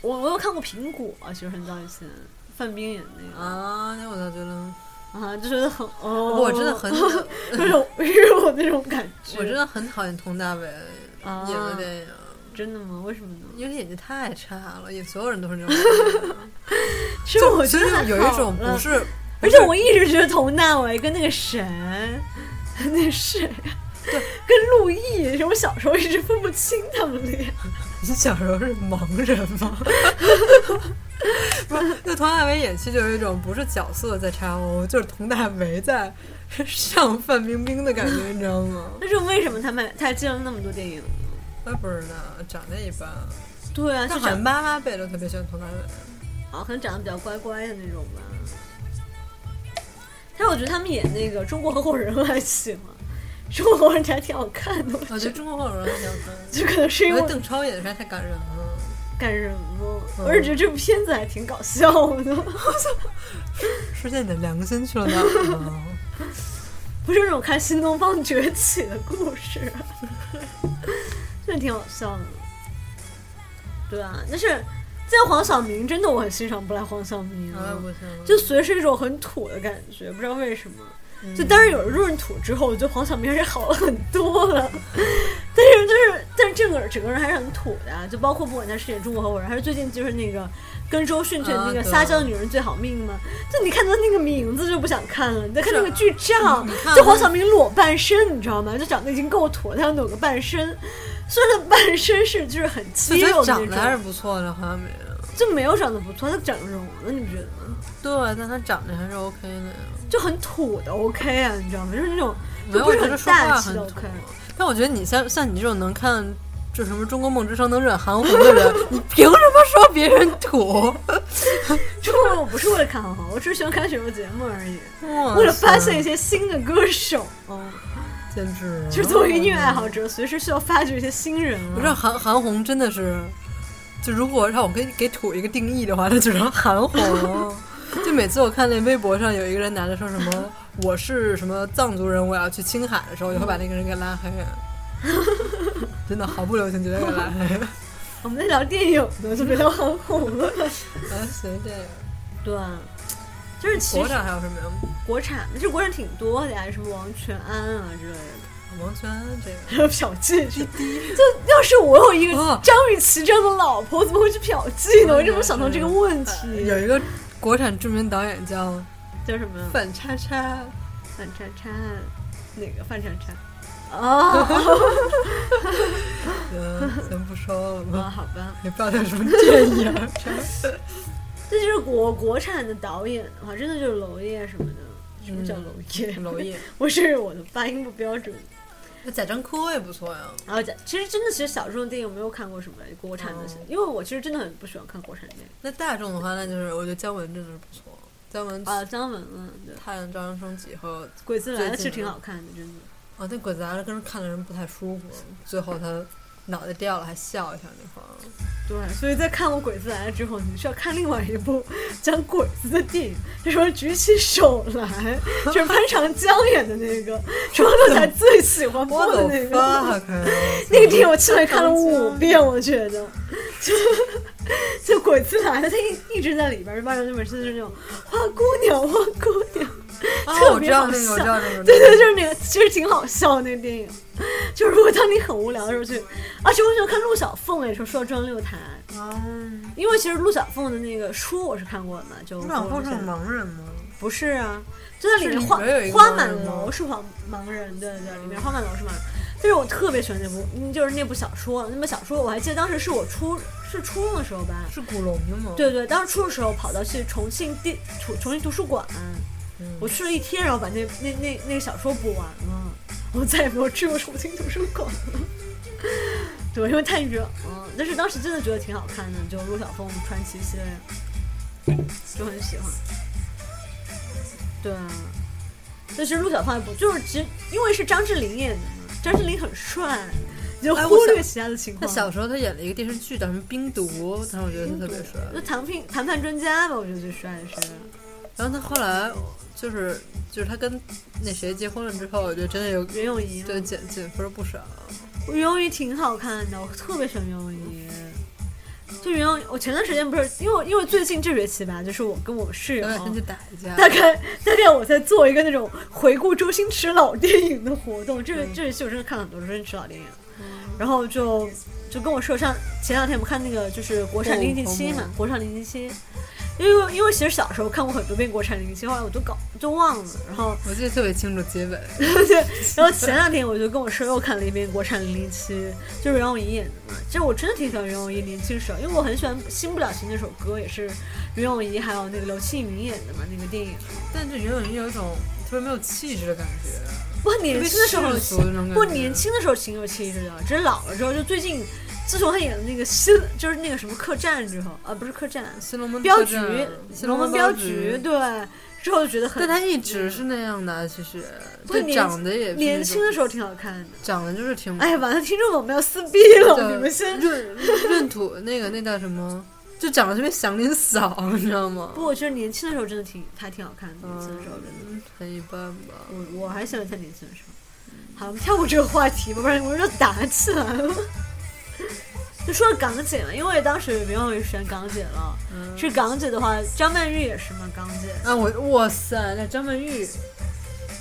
[SPEAKER 2] 我我有看过《苹果》，啊其实很早以前范冰演那
[SPEAKER 3] 看
[SPEAKER 2] 个
[SPEAKER 3] 啊！那我倒觉得，
[SPEAKER 2] 啊，就觉得很哦，
[SPEAKER 3] 我真的 很，
[SPEAKER 2] 那种 日我那种感觉，
[SPEAKER 3] 我真的很讨厌佟大为
[SPEAKER 2] 啊
[SPEAKER 3] 演的电影，
[SPEAKER 2] 真的吗？为什么呢？
[SPEAKER 3] 因为演技太差了，演所有人都是那种，
[SPEAKER 2] 其实我觉
[SPEAKER 3] 就
[SPEAKER 2] 得
[SPEAKER 3] 是有一种
[SPEAKER 2] 还好
[SPEAKER 3] 不
[SPEAKER 2] 了，
[SPEAKER 3] 是，
[SPEAKER 2] 而且我一直觉得佟大为跟那个谁，那是。跟陆毅，我小时候一直分不清他们俩。
[SPEAKER 3] 你小时候是盲人 吗？不是，就佟大为演戏就有一种不是角色在插欧，就是佟大为在上范冰冰的感觉，你知道吗？
[SPEAKER 2] 但是为什么他们他接了那么多电影？
[SPEAKER 3] 我也不知道，长得一般，
[SPEAKER 2] 对啊，
[SPEAKER 3] 但
[SPEAKER 2] 就
[SPEAKER 3] 好像
[SPEAKER 2] 长
[SPEAKER 3] 妈妈辈都特别喜欢佟大为。
[SPEAKER 2] 啊，可能长得比较乖乖的那种吧。但是我觉得他们演那个《中国合伙人》还行啊，《中国合伙人》还挺好看的，
[SPEAKER 3] 我觉得中国好人很好看，
[SPEAKER 2] 就可能是因
[SPEAKER 3] 我觉得
[SPEAKER 2] 为
[SPEAKER 3] 邓超演的实在太感人啊了。
[SPEAKER 2] 感人嘛。
[SPEAKER 3] 嗯
[SPEAKER 2] 我是觉得这部片子还挺搞笑的，
[SPEAKER 3] 是在你的良心去了哪儿呢？
[SPEAKER 2] 不是那种看新东方崛起的故事，啊真的挺好笑的。对啊，但是在黄晓明真的我很欣赏不来黄晓明
[SPEAKER 3] 我也
[SPEAKER 2] 啊，
[SPEAKER 3] 不行，
[SPEAKER 2] 就随时有一种很土的感觉，不知道为什么。
[SPEAKER 3] 嗯
[SPEAKER 2] 就当然有了闰土之后，我觉得黄晓明还是好了很多了，但是就是但是这个整个人还是很土的、啊，就包括不管他饰演中国合伙人，还是最近就是那个跟周迅演那
[SPEAKER 3] 啊
[SPEAKER 2] 个《
[SPEAKER 3] 对
[SPEAKER 2] 撒娇女人最好命》嘛，就你看他那个名字就不想看了，你再看那个剧照
[SPEAKER 3] 你看，
[SPEAKER 2] 就黄晓明裸半身，你知道吗？就长得已经够土了，他要裸个半身。虽然他半身是就是很
[SPEAKER 3] 就
[SPEAKER 2] 肌
[SPEAKER 3] 觉
[SPEAKER 2] 肉的
[SPEAKER 3] 得长得还
[SPEAKER 2] 那
[SPEAKER 3] 是
[SPEAKER 2] 种，
[SPEAKER 3] 不错的，好像没有。
[SPEAKER 2] 就没有长得不错，他整容了，你不觉得吗？
[SPEAKER 3] 对，但他长得还是 OK 的呀。
[SPEAKER 2] 就很土的 OK 啊，你知道吗？就是那种
[SPEAKER 3] 没
[SPEAKER 2] 就
[SPEAKER 3] 有，
[SPEAKER 2] 不
[SPEAKER 3] 我
[SPEAKER 2] 是
[SPEAKER 3] 觉得
[SPEAKER 2] 很
[SPEAKER 3] 说
[SPEAKER 2] 大
[SPEAKER 3] 话
[SPEAKER 2] 气
[SPEAKER 3] 很
[SPEAKER 2] 的
[SPEAKER 3] 土
[SPEAKER 2] OK。。
[SPEAKER 3] 但我觉得你像像你这种能看就什么《中国梦之声》能忍韩红的人，你凭什么说别人土？
[SPEAKER 2] 中国人我不是为了看好好，我只是喜欢看选秀节目而已，为
[SPEAKER 3] 为
[SPEAKER 2] 了发现一些新的歌手。哦，
[SPEAKER 3] 简直了
[SPEAKER 2] 就是作为一个音乐爱好者，随时需要发掘一些新人
[SPEAKER 3] 我知道
[SPEAKER 2] 啊。
[SPEAKER 3] 韩韩红真的是，就如果让我给给土一个定义的话，那就是韩红。就每次我看那微博上有一个人拿着说什么“我是什么藏族人，我要去青海”的时候，也会把那个人给拉黑。真的毫不留情，直接给拉黑。
[SPEAKER 2] 我们在聊电影呢，就别聊韩红 了。
[SPEAKER 3] 啊，谁这样？
[SPEAKER 2] 对，啊就是其
[SPEAKER 3] 国
[SPEAKER 2] 实
[SPEAKER 3] 产还有什么呀？
[SPEAKER 2] 国产，其实国产挺多的呀，什么王全安啊之类的，
[SPEAKER 3] 王全安这个。
[SPEAKER 2] 还有嫖妓什么。就要是我有一个
[SPEAKER 3] 哦
[SPEAKER 2] 张雨绮这样的老婆，我怎么会去嫖妓呢？我就没有想到这个问题。
[SPEAKER 3] 呃有一个国产著名导演叫
[SPEAKER 2] 叫什么？
[SPEAKER 3] 范叉叉，
[SPEAKER 2] 啊范叉叉，哪个范叉叉？啊
[SPEAKER 3] 行，咱不说了
[SPEAKER 2] 啊，
[SPEAKER 3] 吧，
[SPEAKER 2] 好吧，
[SPEAKER 3] 也不知道他什么电影 儿。
[SPEAKER 2] 这就是国国产的导演的话，真的就是娄烨什么的，什么叫嗯娄烨？
[SPEAKER 3] 娄烨，
[SPEAKER 2] 不是我的发音不标准。
[SPEAKER 3] 贾樟柯也不错呀。
[SPEAKER 2] 然后讲，其实真的，其实小众的电影没有看过什么国产的，
[SPEAKER 3] 哦
[SPEAKER 2] 因为我其实真的很不喜欢看国产电影。
[SPEAKER 3] 那大众的话，那就是我觉得姜文真的是不错，姜文、
[SPEAKER 2] 啊，姜文啊，对，《
[SPEAKER 3] 太阳照常升起》和
[SPEAKER 2] 鬼子来了》
[SPEAKER 3] 最近
[SPEAKER 2] 是挺
[SPEAKER 3] 的
[SPEAKER 2] 好看的，真的。
[SPEAKER 3] 啊，那鬼子来了跟人看的人不太舒服，最后他脑袋掉了还笑一下那会儿。
[SPEAKER 2] 对，所以在看过《鬼子来了》之后，你需要看另外一部讲鬼子的电影，就说举起手来，就是潘长江演的那 个，是我乐才最喜欢播的那个。
[SPEAKER 3] 哎
[SPEAKER 2] 那个电影我起码看了五遍，我觉得，就就鬼子来了，他一一直在里边儿，外面那本身就是那种花姑娘，花姑娘，
[SPEAKER 3] 啊，
[SPEAKER 2] 特
[SPEAKER 3] 我知
[SPEAKER 2] 别
[SPEAKER 3] 道
[SPEAKER 2] 好
[SPEAKER 3] 那个，
[SPEAKER 2] 笑。
[SPEAKER 3] 我知道那个。
[SPEAKER 2] 对对，就是那个，其实挺好笑的那个电影。就是如果当你很无聊的时候去，而且我喜欢看陆小凤也是说转六台，
[SPEAKER 3] 啊，
[SPEAKER 2] 因为其实陆小凤的那个书我是看过的嘛，就我想
[SPEAKER 3] 盲人吗？
[SPEAKER 2] 不是啊，就在里面
[SPEAKER 3] 是里
[SPEAKER 2] 花
[SPEAKER 3] 边有一个
[SPEAKER 2] 花
[SPEAKER 3] 盲
[SPEAKER 2] 满
[SPEAKER 3] 人吗
[SPEAKER 2] 楼是黄盲人，对对对，里面花满楼是盲人。但是我特别喜欢那部，嗯就是那部小说，那部小说我还记得当时是我初是初中的时候吧，
[SPEAKER 3] 是古龙的吗？，
[SPEAKER 2] 对对，当时初中的时候跑到去重庆地重重庆图书馆，
[SPEAKER 3] 嗯
[SPEAKER 2] 我去了一天，然后把那那那那个小说补完
[SPEAKER 3] 嗯
[SPEAKER 2] 了，我再也没有去过重庆图书馆 了。对，因为太热，嗯，但是当时真的觉得挺好看的，就陆小凤、传奇系列，就很喜欢。对啊，但是陆小凤也不就是其实因为是张智霖演的嘛，张智霖很帅，你就
[SPEAKER 3] 哎我
[SPEAKER 2] 忽略
[SPEAKER 3] 想
[SPEAKER 2] 其他的情
[SPEAKER 3] 他
[SPEAKER 2] 况。
[SPEAKER 3] 小时候他演了一个电视剧叫什么《冰毒》，但是我觉得他特别帅。
[SPEAKER 2] 就谈判谈判专家吧，我觉得最帅的是。
[SPEAKER 3] 然后他后来就是就是他跟那谁结婚了之后，我觉得真的有
[SPEAKER 2] 袁咏仪吗，
[SPEAKER 3] 对减减分不少。
[SPEAKER 2] 袁咏仪挺好看的，我特别喜欢袁咏仪。就袁咏，我前段时间不是因为我因为最近这学期吧，就是我跟我室友
[SPEAKER 3] 有，两天去打一架，
[SPEAKER 2] 大概大概我在做一个那种回顾周星驰老电影的活动。这个、
[SPEAKER 3] 嗯
[SPEAKER 2] 这学期我真的看了很多周星驰老电影，然后就就跟我室友上前两天我们看那个就是国产
[SPEAKER 3] 哦
[SPEAKER 2] 零零七
[SPEAKER 3] 好
[SPEAKER 2] 嘛
[SPEAKER 3] 猛，
[SPEAKER 2] 国产零零七。因为因为其实小时候看过很多遍国产零零七，后来我就搞就忘了，然后
[SPEAKER 3] 我记得特别清楚结尾。
[SPEAKER 2] 对， 然后前两天我就跟我室友看了一遍国产《零零七》，就是袁咏仪演的嘛。其实我真的挺喜欢袁咏仪年轻时候，因为我很喜欢《新不了情》那首歌，也是袁咏仪还有那个刘青云演的嘛，那个电影。
[SPEAKER 3] 但这袁咏仪有一种特别没有气质的感觉，
[SPEAKER 2] 不过年轻的时候
[SPEAKER 3] 特别世俗的那种感觉
[SPEAKER 2] 不过年轻的时候挺有气质的，只是老了之后，就最近自从他演的那个新，就是那个什么客栈之后，啊，不是客栈，
[SPEAKER 3] 《新龙门
[SPEAKER 2] 镖
[SPEAKER 3] 客
[SPEAKER 2] 局
[SPEAKER 3] 栈》
[SPEAKER 2] 《
[SPEAKER 3] 新
[SPEAKER 2] 龙门镖
[SPEAKER 3] 镖
[SPEAKER 2] 局》，对，之后就觉得很
[SPEAKER 3] 但。他一直是那样的，其实
[SPEAKER 2] 对
[SPEAKER 3] 就
[SPEAKER 2] 年
[SPEAKER 3] 长得也是那种
[SPEAKER 2] 年轻的时候挺好看的，
[SPEAKER 3] 长得就是挺
[SPEAKER 2] 哎，完了，听众我们要撕逼
[SPEAKER 3] 对
[SPEAKER 2] 了，你们先
[SPEAKER 3] 闰闰土那个那叫什么，就长得特别祥林嫂，你知道吗？
[SPEAKER 2] 不，我觉得年轻的时候真的挺，他挺好看的。年轻的时候真的，
[SPEAKER 3] 嗯，很一般吧。
[SPEAKER 2] 我我还喜欢他年轻的时候。好，我们跳过这个话题吧，不然我们就打起来了。 就说到港姐嘛，因为当时袁咏仪选港姐了，
[SPEAKER 3] 嗯
[SPEAKER 2] 是港姐的话，张曼玉也是嘛，港姐。
[SPEAKER 3] 啊，我哇塞，那张曼玉，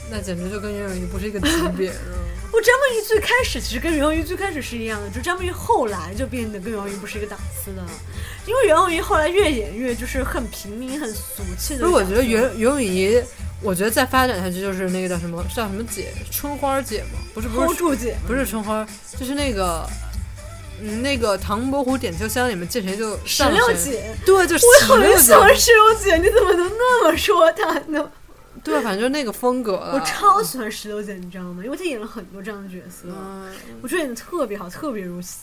[SPEAKER 3] 那简直就跟袁咏仪不是一个级别 了。
[SPEAKER 2] 不，张曼玉最开始其实跟袁咏仪最开始是一样的，就张曼玉后来就变得跟袁咏仪不是一个档次的了，因为袁咏仪后来越演越就是很平民、很俗气的。
[SPEAKER 3] 不是，我觉得袁袁咏仪，我觉得再发展下去就是那个叫什么叫什么姐，春花姐吗？不是不是
[SPEAKER 2] hold 住姐嘛
[SPEAKER 3] 不是春花，就是那个。嗯，那个《唐伯虎点秋香》里面见谁就
[SPEAKER 2] 石
[SPEAKER 3] 上
[SPEAKER 2] 榴
[SPEAKER 3] 谁
[SPEAKER 2] 姐，
[SPEAKER 3] 对，就是
[SPEAKER 2] 我
[SPEAKER 3] 石
[SPEAKER 2] 很
[SPEAKER 3] 榴
[SPEAKER 2] 喜
[SPEAKER 3] 姐，
[SPEAKER 2] 欢石榴姐，你怎么能那么说她呢？
[SPEAKER 3] 对，啊反正就那个风格了。
[SPEAKER 2] 我超喜欢石榴姐，你知道吗？因为她演了很多这样的角色，
[SPEAKER 3] 嗯，
[SPEAKER 2] 我觉得演的特别好，特别入 戏。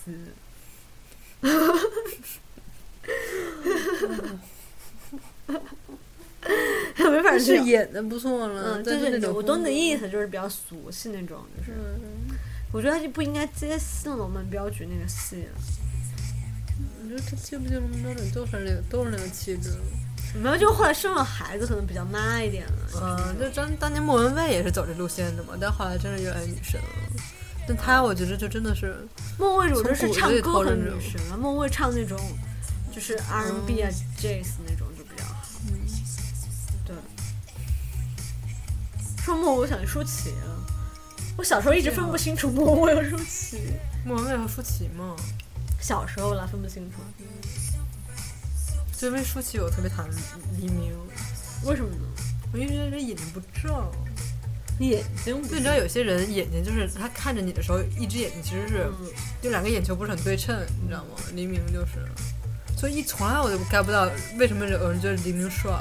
[SPEAKER 2] 没法
[SPEAKER 3] 但是
[SPEAKER 2] 去，
[SPEAKER 3] 演的不错了，
[SPEAKER 2] 嗯，
[SPEAKER 3] 但
[SPEAKER 2] 对
[SPEAKER 3] 是那
[SPEAKER 2] 对对，
[SPEAKER 3] 种嗯
[SPEAKER 2] 我懂你的
[SPEAKER 3] 风
[SPEAKER 2] 意思，就是比较俗气那种，就是，我觉得她就不应该接新龙门镖局那个戏了。
[SPEAKER 3] 格。你说这记不记得标准都是那个都是那个气质。
[SPEAKER 2] 没有，就后来生了孩子，可能比较妈一点了。
[SPEAKER 3] 嗯，就当当年莫文蔚也是走这路线的嘛，但后来真是越来越女神了。但她我觉得就真的是，
[SPEAKER 2] 孟蔚主
[SPEAKER 3] 从
[SPEAKER 2] 真是
[SPEAKER 3] 骨子
[SPEAKER 2] 唱
[SPEAKER 3] 里
[SPEAKER 2] 歌
[SPEAKER 3] 透着
[SPEAKER 2] 很
[SPEAKER 3] 那
[SPEAKER 2] 女
[SPEAKER 3] 种
[SPEAKER 2] 神了，孟蔚唱那种就是 R&B 啊、Jazz 那种就比较好。
[SPEAKER 3] 嗯
[SPEAKER 2] 对。说莫蔚，我想舒淇了。我小时候一直分不清楚莫蔚和舒淇，
[SPEAKER 3] 莫文蔚和舒淇嘛，
[SPEAKER 2] 小时候啦分不清楚，
[SPEAKER 3] 就因为舒淇我特别讨厌黎明，
[SPEAKER 2] 为什么呢？
[SPEAKER 3] 我一直觉得这眼睛不正，
[SPEAKER 2] 眼睛不
[SPEAKER 3] 就你知道有些人眼睛就是他看着你的时候，一只眼睛其实是就两个眼球不是很对称，你知道吗？黎明就是，所以一从来我就 get 不到为什么有人觉得黎明帅，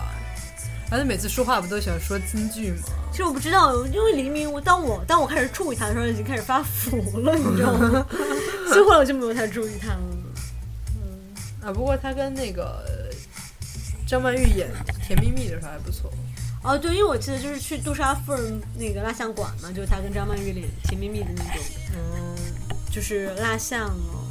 [SPEAKER 3] 而且每次说话不都喜欢说金句吗？
[SPEAKER 2] 其实我不知道，因为黎明，我当我当我开始注意他的时候，已经开始发福了，你知道 吗？所以后来我就没有太注意他了。
[SPEAKER 3] 啊，不过他跟那个张曼玉演《甜蜜蜜》的时候还不错，
[SPEAKER 2] 哦，对，因为我记得就是去杜莎夫人那个蜡像馆嘛，就是他跟张曼玉脸甜蜜蜜的那种，
[SPEAKER 3] 嗯，
[SPEAKER 2] 就是蜡像哦，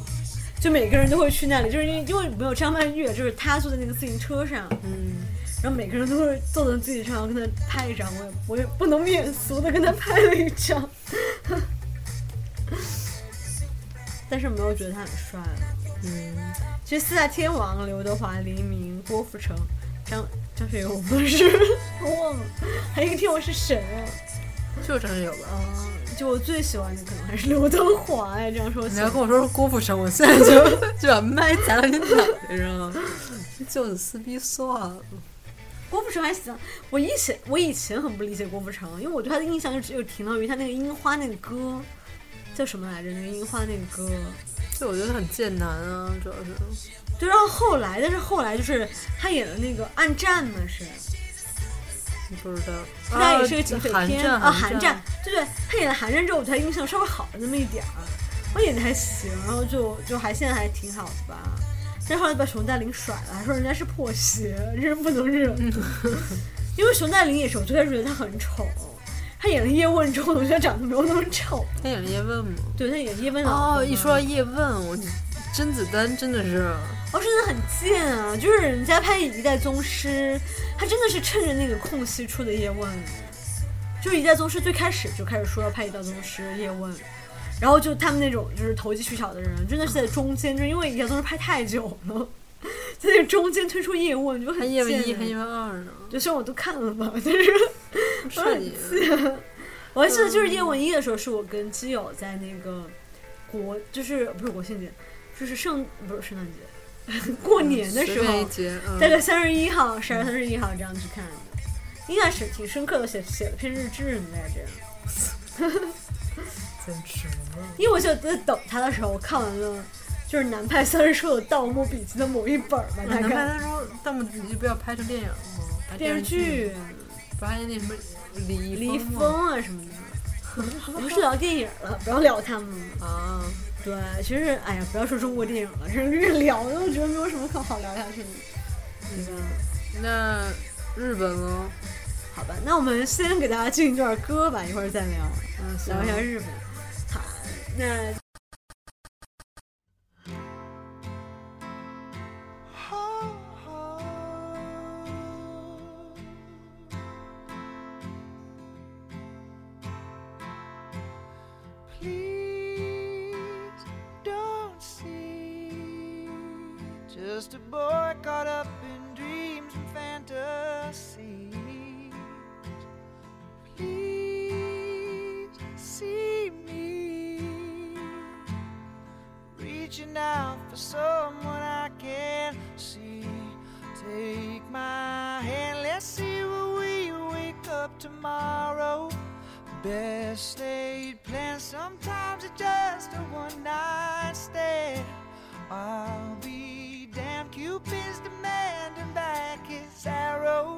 [SPEAKER 2] 就每个人都会去那里，就是因为因为没有张曼玉，就是她坐在那个自行车上，
[SPEAKER 3] 嗯，
[SPEAKER 2] 然后每个人都会坐在自行车上跟她拍一张，我也我也不能免俗的跟她拍了一张， 但是没有觉得他很帅了。
[SPEAKER 3] 嗯，
[SPEAKER 2] 其实四大天王刘德华、黎明、郭富城、张张学友，我不是 我忘了，还有一个天王是谁啊？
[SPEAKER 3] 就是张学友吧。
[SPEAKER 2] 嗯，就我最喜欢的可能还是刘德华哎呀。这样说起
[SPEAKER 3] 你
[SPEAKER 2] 来，
[SPEAKER 3] 要跟我说是郭富城，我现在就 就把麦砸到你脑袋上了，就是撕逼算了。
[SPEAKER 2] 郭富城还行。我以前我以前很不理解郭富城，因为我对他的印象就只有停留于他那个樱花那个歌，叫什么来着？那个樱花那个歌。
[SPEAKER 3] 就我觉得很艰难啊，主要是
[SPEAKER 2] 对，然后后来，但是后来就是他演的那个《暗战》嘛，是。
[SPEAKER 3] 不知道。
[SPEAKER 2] 那也是个警匪
[SPEAKER 3] 韩
[SPEAKER 2] 片
[SPEAKER 3] 战
[SPEAKER 2] 啊，韩啊战，，对对，他演的韩战之后，我对他印象稍微好了那么一点儿，我演的还行，然后就就还现在还挺好的吧。但后来把熊黛林甩了，还说人家是破鞋，真是不能惹。 因为熊黛林也是，我最开始觉得她很丑，她演了叶问之后，我觉得长得没有那么丑。
[SPEAKER 3] 他演了叶问吗？
[SPEAKER 2] 对，她演叶问老
[SPEAKER 3] 哦，
[SPEAKER 2] 婆
[SPEAKER 3] 一
[SPEAKER 2] 嘛
[SPEAKER 3] 说到叶问，我甄子丹真的是，
[SPEAKER 2] 哦，真的很贱啊！就是人家拍《一代宗师》，他真的是趁着那个空隙出的叶问，就是《一代宗师》最开始就开始说要拍《一代宗师》叶问，然后就他们那种就是投机取巧的人，真的是在中间，就因为《一代宗师》拍太久了，在那中间推出叶问，就
[SPEAKER 3] 还
[SPEAKER 2] 很
[SPEAKER 3] 叶
[SPEAKER 2] 贱
[SPEAKER 3] 问一，
[SPEAKER 2] 啊
[SPEAKER 3] 还叶问二 呢，
[SPEAKER 2] 就虽然我都看了吧，但是
[SPEAKER 3] 是你
[SPEAKER 2] 我还记得就是叶问一的时候，是我跟基友在那个国，就是不是国庆节，就是圣不是圣诞节， 过年的时
[SPEAKER 3] 随便
[SPEAKER 2] 候
[SPEAKER 3] 一。截，嗯
[SPEAKER 2] 大概三十一号、十二、三十一号这样去看的，印象是挺深刻的，写写了篇日志呢，这样。
[SPEAKER 3] 简直了，
[SPEAKER 2] 因为我就在等他的时候，我看完了就是南派三十说的《盗墓笔记》的某一本儿吧，大
[SPEAKER 3] 难怪
[SPEAKER 2] 概
[SPEAKER 3] 他说《盗墓笔记》不要拍成电影吗？拍
[SPEAKER 2] 电视剧，
[SPEAKER 3] 不还有那什么李
[SPEAKER 2] 李易
[SPEAKER 3] 峰吗
[SPEAKER 2] 峰啊 什么的。我们是聊电影了，不要聊他们了。
[SPEAKER 3] 啊，
[SPEAKER 2] 对，其实哎呀，不要说中国电影了，真是越聊的，我觉得没有什么可好聊下去的。对吧？
[SPEAKER 3] 那日本哦喽，
[SPEAKER 2] 好吧，那我们先给大家进一段歌吧，一会儿再聊。
[SPEAKER 3] 嗯，行
[SPEAKER 2] 聊一下日本。好，那
[SPEAKER 5] Please don't see. Just a boy caught up in dreams and fantasies. Please see me. Reaching out for someone I can see. Take my hand, let's see where we wake up tomorrow best laid plans. Sometimes it's just a one night stand. I'll be damned, Cupid's demanding back his arrow.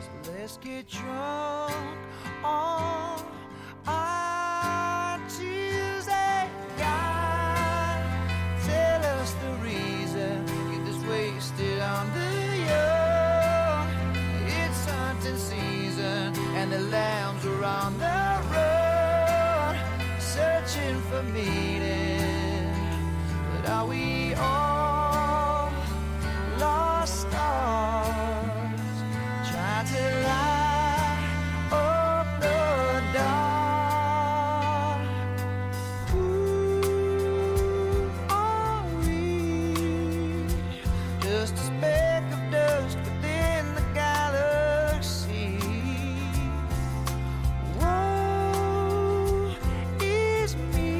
[SPEAKER 5] So let's get drunk on our Tuesday. God, tell us the reason. Get this wasted on the young. It's hunting season, and the lambs are on the road, searching for meaning. But are we all lost stars? Trying to Oh, light up the dark. Who are we? just a speck of dust within the galaxy. Woe is me.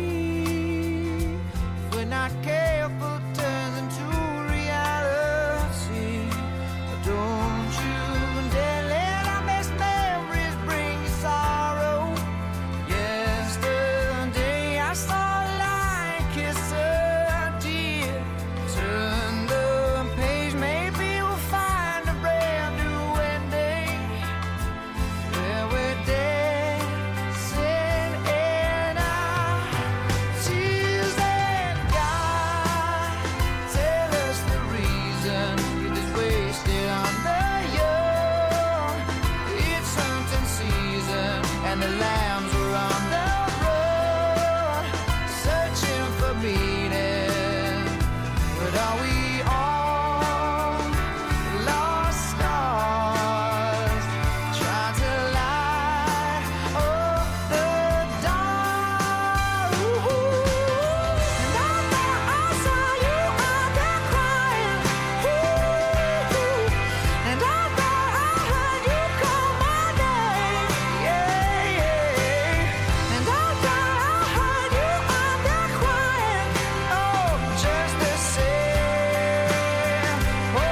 [SPEAKER 5] beating. But are we all lost stars trying to light up the dark? And out there I saw you out there crying. And out there I heard you call my name. Yeah, And out there I heard you out there crying. Oh, just the same. Oh,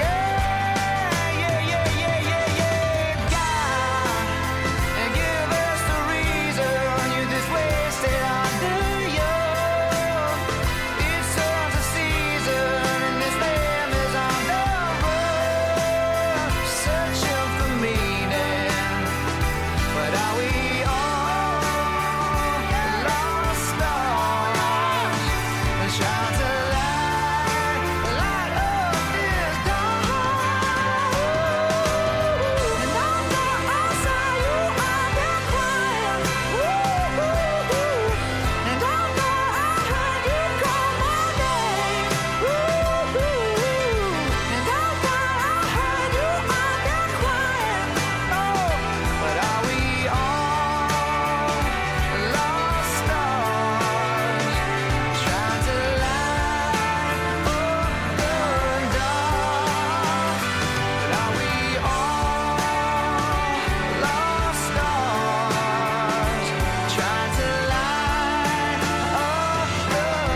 [SPEAKER 5] yeah, yeah, yeah, yeah, yeah, yeah. God, and give us the reason you just wasted under you. It's such a season, and this land is on the road, searching for meaning. But are we all lost stars? Trying to light, light up this dawn. And out there I saw you out there crying. And out there I heard you call my name. And out there I heard you out there crying. Oh, but are we all lost stars? Trying to light up the dawn. But are we all lost stars? Trying to light up the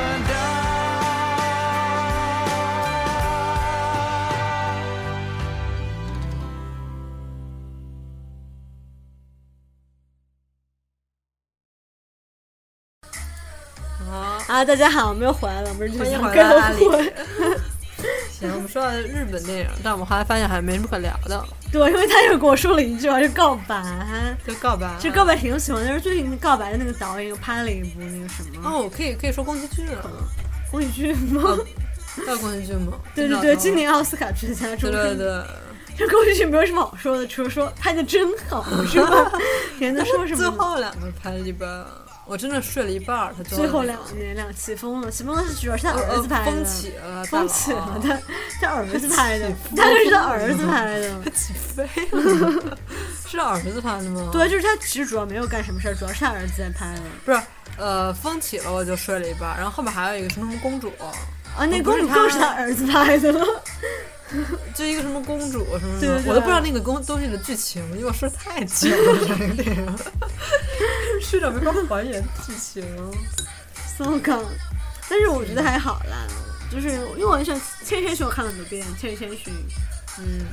[SPEAKER 5] dawn.
[SPEAKER 2] 啊，大家好，我们又回来了，我们是
[SPEAKER 3] 欢迎
[SPEAKER 2] 想
[SPEAKER 3] 回来
[SPEAKER 2] 跟
[SPEAKER 3] 阿里
[SPEAKER 2] 回
[SPEAKER 3] 行，我们说完日本电影，但我们后来发现还没什么可聊的，
[SPEAKER 2] 对，因为他又跟我说了一句话，就告白。
[SPEAKER 3] 就告白。
[SPEAKER 2] 其实告白挺喜欢的，但是最近告白的那个导演又拍了一部那个什么
[SPEAKER 3] 哦，我可以可以说宫崎骏啊，
[SPEAKER 2] 宫崎骏吗？
[SPEAKER 3] 叫宫崎骏吗？
[SPEAKER 2] 对对对，今年奥斯卡最佳
[SPEAKER 3] 哦对
[SPEAKER 2] 中
[SPEAKER 3] 对
[SPEAKER 2] 片。
[SPEAKER 3] 对，
[SPEAKER 2] 这宫崎骏没有什么好说的，除了说拍的真好，是 吧？你还能说什么呢？
[SPEAKER 3] 最后两个拍的一般，我真的睡了一半儿，他
[SPEAKER 2] 最后两年两期疯了，起疯了是主要是他儿子拍的，
[SPEAKER 3] 呃风
[SPEAKER 2] 风
[SPEAKER 3] 呃起了，哦
[SPEAKER 2] 起了，他他儿子拍的
[SPEAKER 3] 起， 风
[SPEAKER 2] 他是他儿子拍的。
[SPEAKER 3] 起飞了， 是儿子拍的吗？，
[SPEAKER 2] 对，就是他其实主要没有干什么事儿，主要是他儿子在拍的。
[SPEAKER 3] 不是，呃，风起了我就睡了一半儿，然后后面还有一个什么什么公主，
[SPEAKER 2] 啊，那
[SPEAKER 3] 不
[SPEAKER 2] 公
[SPEAKER 3] 是
[SPEAKER 2] 主
[SPEAKER 3] 他
[SPEAKER 2] 更是他儿子拍的了。
[SPEAKER 3] 就一个什么公主什
[SPEAKER 2] 对
[SPEAKER 3] 么什
[SPEAKER 2] 对
[SPEAKER 3] 么，
[SPEAKER 2] 对
[SPEAKER 3] 我都不知道那个公东西的剧情， 因为我睡得太久了，这个电影睡着没法还原剧情。
[SPEAKER 2] so 刚，但是我觉得还好啦，就是因为我很喜欢《千与千寻》，我看了很多遍，《千与千寻》， 嗯，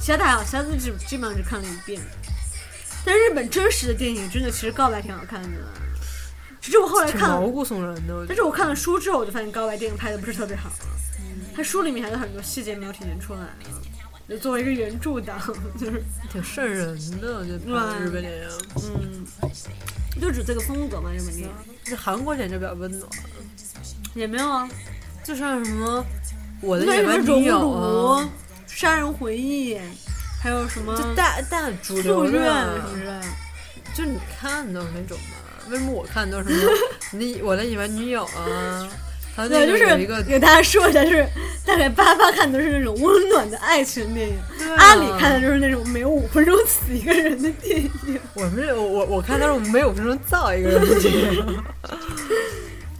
[SPEAKER 2] 其他的还好，其他的只基本上只看了一遍。但日本真实的电影真的其实告白挺好看的啦，只是我后来
[SPEAKER 3] 挺
[SPEAKER 2] 看了
[SPEAKER 3] 毛骨悚然的，我觉
[SPEAKER 2] 但
[SPEAKER 3] 得
[SPEAKER 2] 是我看了书之后，我就发现告白电影拍的不是特别好了。它书里面还有很多细节没有体现出来啊。就作为一个原著党，就是
[SPEAKER 3] 挺瘆人的。我觉得
[SPEAKER 2] 对
[SPEAKER 3] 日本电影，
[SPEAKER 2] 嗯，就指这个风格嘛，日本电影
[SPEAKER 3] 这韩国电影就比较温暖，
[SPEAKER 2] 也没有啊。
[SPEAKER 3] 就像什么我的
[SPEAKER 2] 那
[SPEAKER 3] 野
[SPEAKER 2] 什么
[SPEAKER 3] 蛮
[SPEAKER 2] 熔
[SPEAKER 3] 女友啊
[SPEAKER 2] 炉、，杀人回忆，还有什么
[SPEAKER 3] 就大大主
[SPEAKER 2] 住
[SPEAKER 3] 流
[SPEAKER 2] 院
[SPEAKER 3] 的
[SPEAKER 2] 什么之类的，
[SPEAKER 3] 就你看都是那种嘛，为什么我看都是 什么你我的野蛮女友啊，还有那
[SPEAKER 2] 对，
[SPEAKER 3] 个
[SPEAKER 2] 就
[SPEAKER 3] 有一个
[SPEAKER 2] 是给大家说一下，就是大概八八看的都是那种温暖的爱情电影，
[SPEAKER 3] 对啊
[SPEAKER 2] 阿里看的就是那种每五分钟死一个人的电影。
[SPEAKER 3] 我们这我我我看他是没有分钟造一个人的电 影。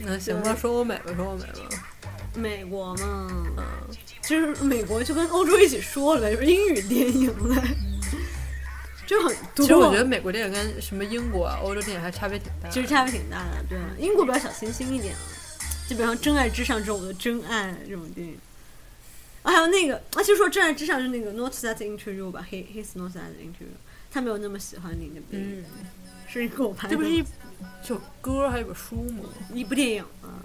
[SPEAKER 3] 那行吧，说我美吧，说我美吧。
[SPEAKER 2] 美国嘛，嗯就是美国就跟欧洲一起说了，就是英语电影了，就很多。
[SPEAKER 3] 嗯其实我觉得美国电影跟什么英国、啊、欧洲电影还差别挺大的。
[SPEAKER 2] 其实差别挺大的，对，啊
[SPEAKER 3] 嗯
[SPEAKER 2] 英国比较小清新一点啊，基本上《真爱至上》这种的《真爱》这种电影。啊，还有那个，啊，就说《真爱至上》是那个 Not That Into You 吧，He He's Not That Into You，他没有那么喜欢你那边，
[SPEAKER 3] 嗯，
[SPEAKER 2] 是给我拍的，
[SPEAKER 3] 这不是一首歌还有一本书吗？
[SPEAKER 2] 一部电影啊，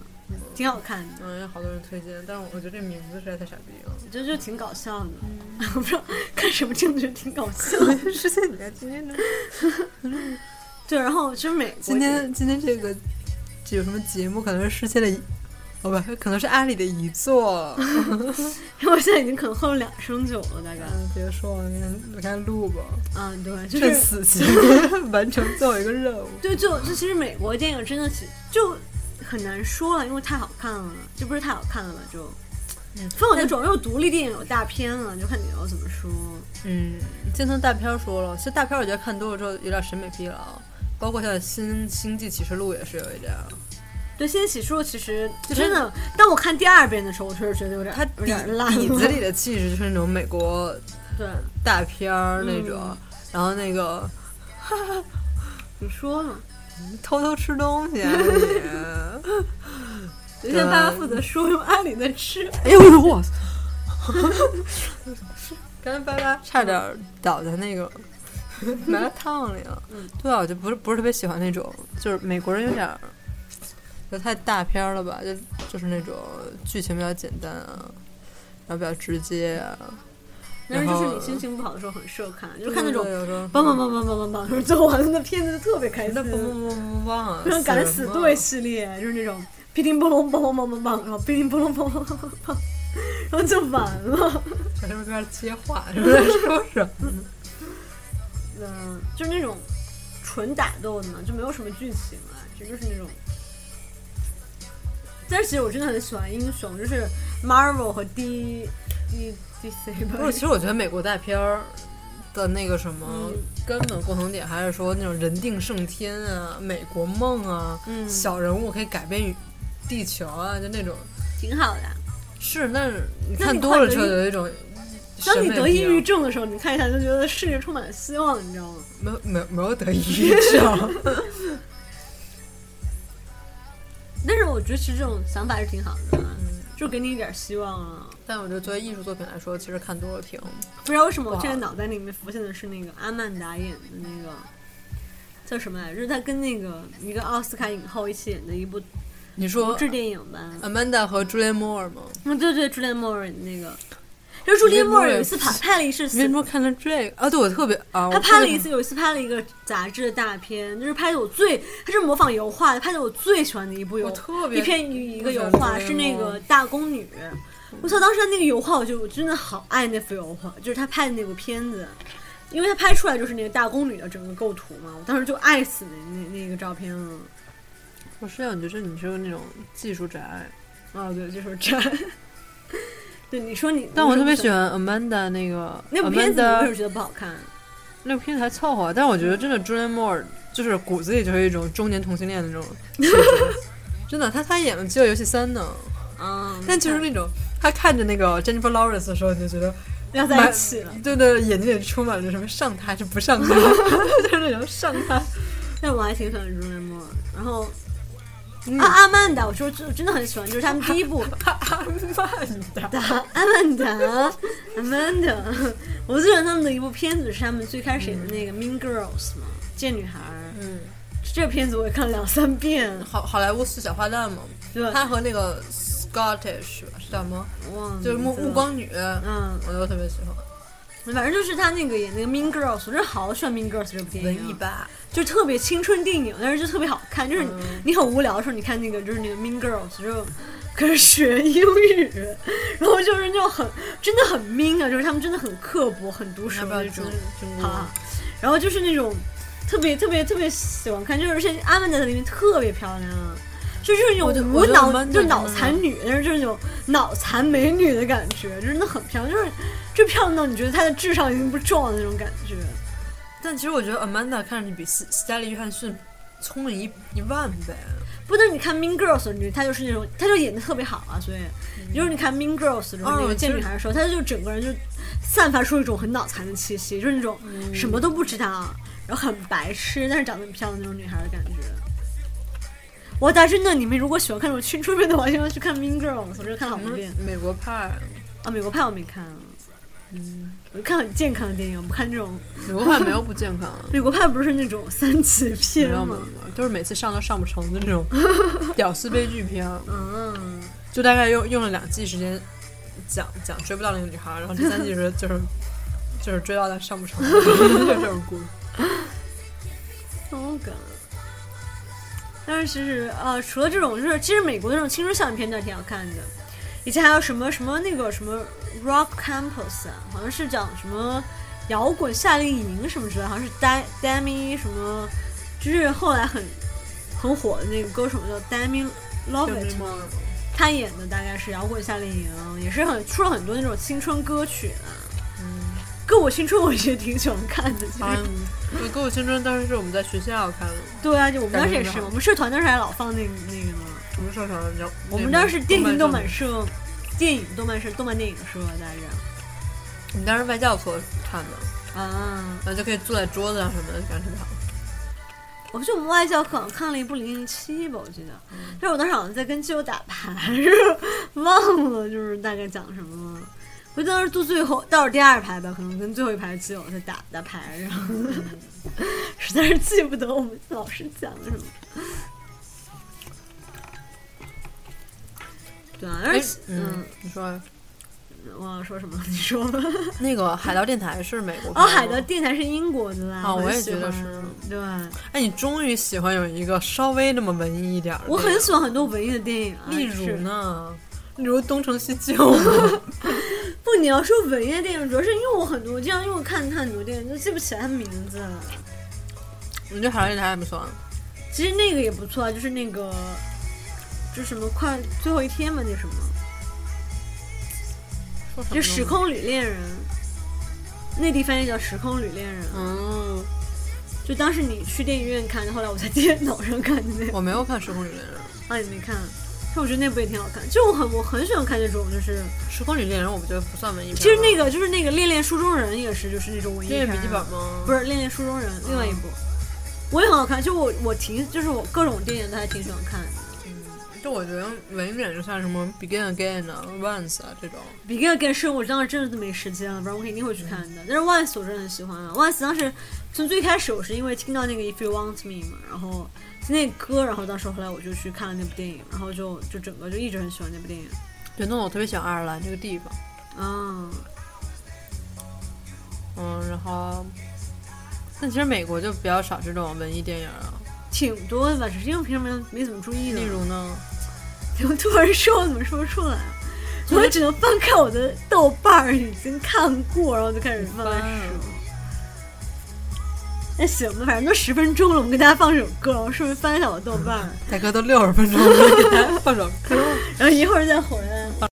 [SPEAKER 2] 挺好看的。
[SPEAKER 3] 嗯，有好多人推荐，但是我觉得这名字实在太傻逼了。
[SPEAKER 2] 我觉得就挺搞笑的， 我不知道看什么真的觉得挺搞笑的。
[SPEAKER 3] 是在你家今天呢？
[SPEAKER 2] 对，然后其实美国
[SPEAKER 3] 今
[SPEAKER 2] 电影
[SPEAKER 3] 天今天这个有什么节目可能是世界的一，哦不，可能是阿里的遗 作。
[SPEAKER 2] 我现在已经可能喝了两升酒了，大概。
[SPEAKER 3] 嗯，别说了，你看你看录吧，
[SPEAKER 2] 嗯，对，就
[SPEAKER 3] 趁
[SPEAKER 2] 是
[SPEAKER 3] 死期间完成最后一个任务。
[SPEAKER 2] 对，就就其实美国电影真的是就很难说了，因为太好看了，这不是太好看了吧？就
[SPEAKER 3] 嗯
[SPEAKER 2] 分我那种又独立电影有大片了，就看你要怎么说。
[SPEAKER 3] 嗯，先从大片儿说了，其实大片儿我觉得看多了之后有点审美疲劳，包括像《新星际启示录》也是有一点儿，
[SPEAKER 2] 对《新喜书》其实就真的，当我看第二遍的时候，我确实觉得有点
[SPEAKER 3] 它
[SPEAKER 2] 有
[SPEAKER 3] 底
[SPEAKER 2] 点烂了
[SPEAKER 3] 底子里的气质就是那种美国
[SPEAKER 2] 对，
[SPEAKER 3] 大片儿那种，然后那个
[SPEAKER 2] 你说嘛，
[SPEAKER 3] 偷偷吃东 西、啊，
[SPEAKER 2] 就像爸爸负责说，用阿里的吃。
[SPEAKER 3] 哎呦我操！ 刚才巴拉差点倒在那 个麻辣烫里了。
[SPEAKER 2] 嗯
[SPEAKER 3] 对啊，我就不是不是特别喜欢那种，就是美国人有点儿就太大片儿了吧，就就是那种剧情比较简单啊，然后比较直接啊。
[SPEAKER 2] 但是
[SPEAKER 3] 然
[SPEAKER 2] 就
[SPEAKER 3] 后
[SPEAKER 2] 是你心情不好的时候很适合看，就是看那种
[SPEAKER 3] 对有时候
[SPEAKER 2] 梆梆梆梆梆梆梆，就是最后完了那片子就特别开心
[SPEAKER 3] 那，不不不不忘啊，
[SPEAKER 2] 就像敢死
[SPEAKER 3] 人嘛
[SPEAKER 2] 队系列，就是那种噼里啪隆梆梆梆梆梆，然后噼里啪隆梆梆梆梆梆，然后就完了。
[SPEAKER 3] 在这边接 话，是不是在说什么？
[SPEAKER 2] 嗯，就是那种纯打斗的嘛，就没有什么剧情啊，这就是那种。但是其实我真的很喜欢英雄，就是 Marvel 和 D D D C 吧。
[SPEAKER 3] 不是，其实我觉得美国大片儿的那个什么
[SPEAKER 2] 嗯
[SPEAKER 3] 根本共同点，还是说那种人定胜天啊、美国梦啊、
[SPEAKER 2] 嗯
[SPEAKER 3] 小人物可以改变宇地球啊，就那种
[SPEAKER 2] 挺好的。啊
[SPEAKER 3] 是，但是你
[SPEAKER 2] 那你
[SPEAKER 3] 看多了
[SPEAKER 2] 看
[SPEAKER 3] 之后
[SPEAKER 2] 得抑
[SPEAKER 3] 有一种
[SPEAKER 2] 当
[SPEAKER 3] 审
[SPEAKER 2] 你
[SPEAKER 3] 美
[SPEAKER 2] 得抑
[SPEAKER 3] 疲劳
[SPEAKER 2] 郁症的时候，你看一下就觉得世界充满了希望，你知道吗？
[SPEAKER 3] 没有没有没有得 抑郁症，
[SPEAKER 2] 但是我觉得其实这种想法是挺好的啊，就给你一点希望啊。
[SPEAKER 3] 但我觉得作为艺术作品来说，其实看多了挺
[SPEAKER 2] 不知道为什么我
[SPEAKER 3] 不好
[SPEAKER 2] 现在脑袋里面浮现的是那个阿曼达演的那个叫什么来着？就是他跟那个一个奥斯卡影后一起演的一部
[SPEAKER 3] 你
[SPEAKER 2] 不
[SPEAKER 3] 说
[SPEAKER 2] 是电影吧？
[SPEAKER 3] Amanda 和 Julian Moore 吗？
[SPEAKER 2] 嗯，对对，朱丽莫尔那个，就是朱丽莫尔有一次拍拍了一次
[SPEAKER 3] 你为什么看了这个啊？对我特别
[SPEAKER 2] 他
[SPEAKER 3] 啊，
[SPEAKER 2] 拍
[SPEAKER 3] 我特
[SPEAKER 2] 了
[SPEAKER 3] 别
[SPEAKER 2] 一次，有一次拍了一个杂志的大片，就是拍的我最，他是模仿油画的，拍的我最喜欢的一部油，
[SPEAKER 3] 我特别
[SPEAKER 2] 一篇一个油
[SPEAKER 3] 不喜
[SPEAKER 2] 画
[SPEAKER 3] 欢
[SPEAKER 2] 是
[SPEAKER 3] 这哦
[SPEAKER 2] 那
[SPEAKER 3] 样
[SPEAKER 2] 个大宫女，我操，当时那个油画，我就我真的好爱那幅油画，就是他拍的那部片子，因为他拍出来就是那个大宫女的整个构图嘛，我当时就爱死那那那个照片了，
[SPEAKER 3] 我是想觉得你是那种技术宅，
[SPEAKER 2] 啊，对，就是这样。 对，你说你，
[SPEAKER 3] 但我特别喜
[SPEAKER 2] 欢
[SPEAKER 3] 欢 Amanda 那个
[SPEAKER 2] 那部片子，我就是
[SPEAKER 3] Amanda
[SPEAKER 2] 觉得不好看。
[SPEAKER 3] 那部片子还凑合，但我觉得真的 Julian Moore 就是骨子里就是一种中年同性恋的那种气质，真的，他他演了《饥饿游戏三》 呢，
[SPEAKER 2] 嗯，
[SPEAKER 3] 但就是那种他看着那个 Jennifer Lawrence 的时候，你就觉得
[SPEAKER 2] 要在一起了。，
[SPEAKER 3] 对对，眼睛里充满着什么上他还是不 上他，就是那种上他，
[SPEAKER 2] 但我还挺喜欢 Julian Moore，然后。
[SPEAKER 3] 嗯
[SPEAKER 2] 啊，阿曼达，我说真真的很喜欢，就是他们第一部
[SPEAKER 3] 阿曼达，
[SPEAKER 2] 阿曼达，阿曼达，我最喜欢他们的一部片子是他们最开始演的那个《Mean Girls》嘛，贱女孩儿。
[SPEAKER 3] 嗯，
[SPEAKER 2] 这片子我也看了两三遍，
[SPEAKER 3] 好好莱坞四小花旦嘛，
[SPEAKER 2] 对，
[SPEAKER 3] 他和那个 Scottish 吧是叫什么？
[SPEAKER 2] 忘
[SPEAKER 3] 就是暮
[SPEAKER 2] 名字了
[SPEAKER 3] 暮，光女，
[SPEAKER 2] 嗯，
[SPEAKER 3] 我都特别喜欢。
[SPEAKER 2] 反正就是他那个演那个《Mean Girls》，我真的好喜欢《Mean Girls》这部电影，啊
[SPEAKER 3] 文艺吧，
[SPEAKER 2] 就特别青春电影，但是就特别好看。就是你,、
[SPEAKER 3] 嗯
[SPEAKER 2] 你很无聊的时候，你看那个就是那个 Mean Girls，就开始学英语， 然后就是那种很真的很 mean 啊，就是他们真的很刻薄、很毒舌
[SPEAKER 3] 要不
[SPEAKER 2] 的
[SPEAKER 3] 要
[SPEAKER 2] 那种
[SPEAKER 3] 中中
[SPEAKER 2] 好
[SPEAKER 3] 国？
[SPEAKER 2] 啊。然后就是那种特别特别特别喜欢看，就是而且阿曼达在里面特别漂亮。就是那
[SPEAKER 3] 我觉
[SPEAKER 2] 种
[SPEAKER 3] 得
[SPEAKER 2] 无
[SPEAKER 3] 我觉得
[SPEAKER 2] 脑，
[SPEAKER 3] Amanda
[SPEAKER 2] 就是脑
[SPEAKER 3] 真的
[SPEAKER 2] 残女，但是就是那种脑残美女的感觉，真的很漂亮，就是就漂亮到你觉得她的智商已经不重的那种感觉。
[SPEAKER 3] 但其实我觉得 Amanda 看上去比斯斯嘉丽·约翰逊聪明一一万倍。啊
[SPEAKER 2] 不但是你看《Mean Girls》，你她就是那种，她就演的特别好啊，所以，就是你看《Mean Girls》就是嗯那
[SPEAKER 3] 哦
[SPEAKER 2] 个
[SPEAKER 3] 我
[SPEAKER 2] 贱
[SPEAKER 3] 知
[SPEAKER 2] 女孩的时候，她就整个人就散发出一种很脑残的气息，就是那种什么都不知道，然后很白痴，但是长得很漂亮的那种女孩的感觉。我打真的，你们如果喜欢看那种青春片的话，一定要去看《Mean Girls》，我真的看了好多遍
[SPEAKER 3] 美国派，
[SPEAKER 2] 啊。美国派我没看，嗯，我就看很健康的电影，我不看这种。
[SPEAKER 3] 美国派没有不健康，啊
[SPEAKER 2] 美国派不是那种三级
[SPEAKER 3] 你
[SPEAKER 2] 片
[SPEAKER 3] 知道
[SPEAKER 2] 吗
[SPEAKER 3] 吗？？就是每次上都上不成的 那种屌丝悲剧片，啊
[SPEAKER 2] 嗯，
[SPEAKER 3] 就大概用用了两季时间讲讲追不到那个女孩，然后第三季时就是 就是追到她上不成， 就是这种故事。
[SPEAKER 2] 好感。但是其实呃，除了这种，就是其实美国的这种青春校园片段挺好看的。以前还有什么什么那个什么 Rock Campus 啊，好像是讲什么摇滚夏令营什么之类，好像是 Demi 什么，就是后来很很火的那个歌手叫 Demi
[SPEAKER 3] 就
[SPEAKER 2] Lovett
[SPEAKER 3] 是
[SPEAKER 2] 嘛， 他演的大概是摇滚夏令营，也是很出了很多那种青春歌曲啊。歌舞青春我也挺喜欢看的，其实
[SPEAKER 3] 啊，我歌舞青春当时是我们在学校看的，
[SPEAKER 2] 对啊，就我们当时也
[SPEAKER 3] 感觉
[SPEAKER 2] 是，
[SPEAKER 3] 挺好
[SPEAKER 2] 我们社团当时还老放那个那个呢。
[SPEAKER 3] 我们社团就
[SPEAKER 2] 我们当时电影动漫
[SPEAKER 3] 社，
[SPEAKER 2] 社，电影动漫社，动漫电影社大概
[SPEAKER 3] 我们当时外教课看的，
[SPEAKER 2] 啊。
[SPEAKER 3] 然后就可以坐在桌子上什么的，感觉特别好。
[SPEAKER 2] 我去我们外教课好像看了一部《零零七》吧，我记得，
[SPEAKER 3] 嗯
[SPEAKER 2] 但是我当时好像在跟基友打牌， 忘了就是大概讲什么了。我当时坐最后倒数第二排吧，可能跟最后一排的基友在打打牌，然后
[SPEAKER 3] 嗯
[SPEAKER 2] 实在是记不得我们老师讲了什么。对啊，而
[SPEAKER 3] 哎
[SPEAKER 2] 且，
[SPEAKER 3] 嗯，你说
[SPEAKER 2] 我要说什么？你说 吧。
[SPEAKER 3] 那个海盗电台是美国
[SPEAKER 2] 哦，
[SPEAKER 3] 拍的
[SPEAKER 2] 海
[SPEAKER 3] 吗
[SPEAKER 2] 德电台是英国的啦。
[SPEAKER 3] 啊我
[SPEAKER 2] 很
[SPEAKER 3] 也
[SPEAKER 2] 喜
[SPEAKER 3] 觉得
[SPEAKER 2] 欢
[SPEAKER 3] 是。
[SPEAKER 2] 对，
[SPEAKER 3] 哎，你终于喜欢有一个稍微那么文艺一点儿的。
[SPEAKER 2] 我很喜欢很多文艺的电影啊。
[SPEAKER 3] 啊例如
[SPEAKER 2] 是？
[SPEAKER 3] 呢，例如《东成西就》
[SPEAKER 2] 不，你要说文艺的电影，主要是因为我很多，这样因为我看看很多电影，就记不起来他名字了。
[SPEAKER 3] 我觉得海盗电台还不错。
[SPEAKER 2] 其实那个也不错啊，就是那个，就什么快最后一天嘛，那什么，
[SPEAKER 3] 说什么
[SPEAKER 2] 就
[SPEAKER 3] 呢
[SPEAKER 2] 时空旅恋人。内地翻译叫《时空旅恋人》，
[SPEAKER 3] 嗯，
[SPEAKER 2] 就当时你去电影院看的，后来我在电脑上看的那个。
[SPEAKER 3] 我没有看《时空旅恋人》，
[SPEAKER 2] 啊，你没看？但我觉得那部也挺好看，就我很我很喜欢看这种就是
[SPEAKER 3] 《时空旅恋人》我觉得不算文艺片儿。
[SPEAKER 2] 其实那个就是那个《恋恋书中人》也是，就是那种文艺
[SPEAKER 3] 恋
[SPEAKER 2] 片
[SPEAKER 3] 恋笔记本
[SPEAKER 2] 儿啊
[SPEAKER 3] 吗？
[SPEAKER 2] 不是《恋恋书中人》，另外一部、我也很好看。就我我挺就是我各种电影都还挺喜欢看的。
[SPEAKER 3] 就我觉得文艺点就像什么 Begin Again 啊、Once 啊这种，
[SPEAKER 2] Begin Again 是我当时真的没时间了，不然我肯定会去看的。但是 Once 我真的很喜欢啊，Once 当时从最开始我是因为听到那个 If You Want Me 嘛，然后那歌，然后当时后来我就去看了那部电影，然后就就整个就一直很喜欢那部电影。
[SPEAKER 3] 对，那我特别喜欢爱尔兰这个地方。
[SPEAKER 2] 嗯，
[SPEAKER 3] 嗯，然后，但其实美国就比较少这种文艺电影啊。
[SPEAKER 2] 挺多的吧，只是因为平时没没怎么注意的。
[SPEAKER 3] 例如呢，
[SPEAKER 2] 我 突然说，我怎么说不出来？啊我也只能翻开我的豆瓣儿，已经看过，然后就开始慢慢
[SPEAKER 3] 翻
[SPEAKER 2] 说
[SPEAKER 3] 啊。
[SPEAKER 2] 那哎行吧，反正都十分钟了，我们给大家放首歌，然后顺便翻一下我豆瓣儿，
[SPEAKER 3] 大哥都六十分钟了，给大家 放首歌。
[SPEAKER 2] 然后一会儿再回来。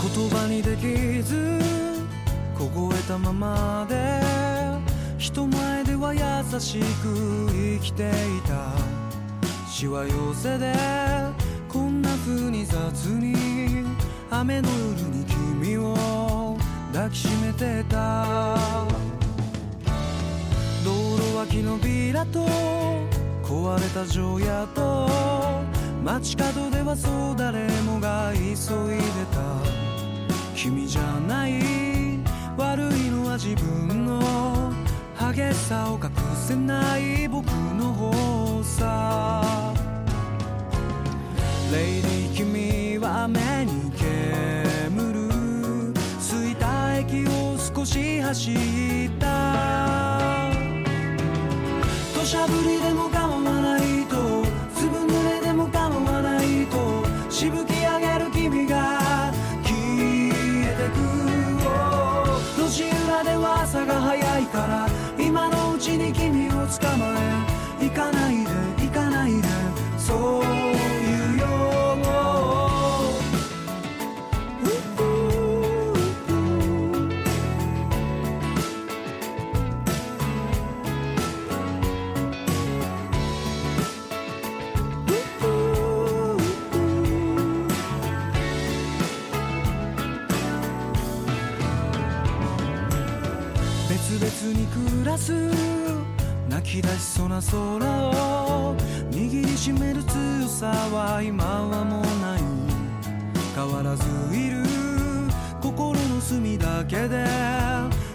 [SPEAKER 4] 言葉にできず凍えたままで人前では優しく生きていたしわ寄せでこんな風に雑に雨の夜に君を抱きしめてた道路脇のビラと壊れた城屋と街角ではそう誰もが急いでた君じゃない悪いのは自分の激しさを隠せない僕の方さレイディー君は雨に煙る空いた駅を少し走った土砂降りでも構わないと粒濡れでも構わないとしぶき上げる君が消えてく路地裏では朝が早いから今のうちに君を捕まえ行かないで行かないでそういうよ別々に暮らす泣き出しそうな空を握りしめる強さは今はもうない変わらずいる心の隅だけで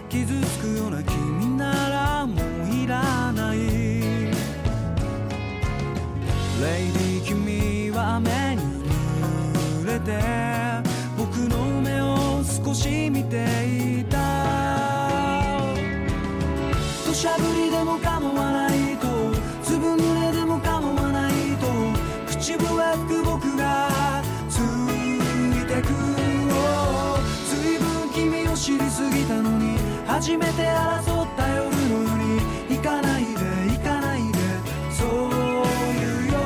[SPEAKER 4] 傷つくような君ならもういらないレイディー君は雨に濡れて僕の目を少し見ていた土砂降りでも構わないと粒濡れでも構わ一部は吹く僕がついてくを随分君を知りすぎたのに初めて争った夜のように行かないで行かないでそういうよ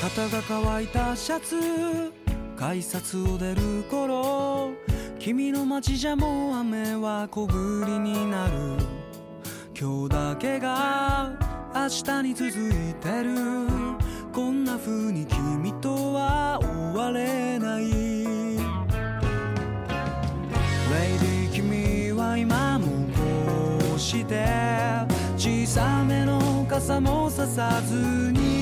[SPEAKER 4] 肩が乾いたシャツ改札を出る頃君の街じゃもう雨は小降りになる今日だけが明日に続いてるこんな風に君とは終われない Lady 君は今もこうして小さめの傘もささずに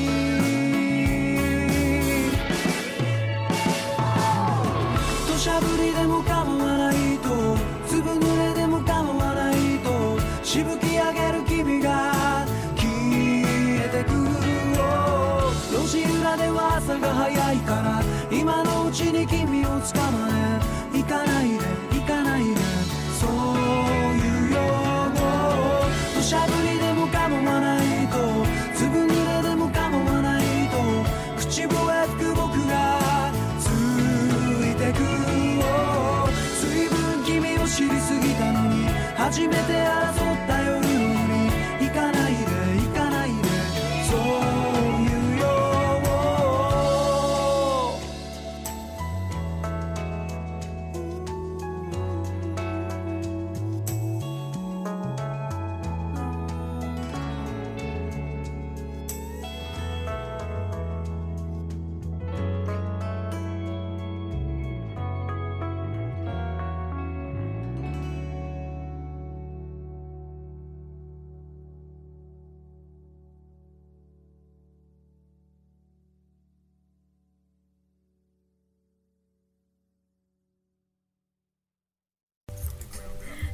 [SPEAKER 4] 土砂降りでも構わないと粒濡れでも構わないとしぶき上げる君が消えてく路地裏では朝が早いから今のうちに君を捕まえ行かないで行かないでそういうよ土砂降りでも構わないと粒濡れでも構わないと口笛吹く僕がついてくを随分君を知りすぎたのに初めて争った夜のに行かないで行かないでそういうよ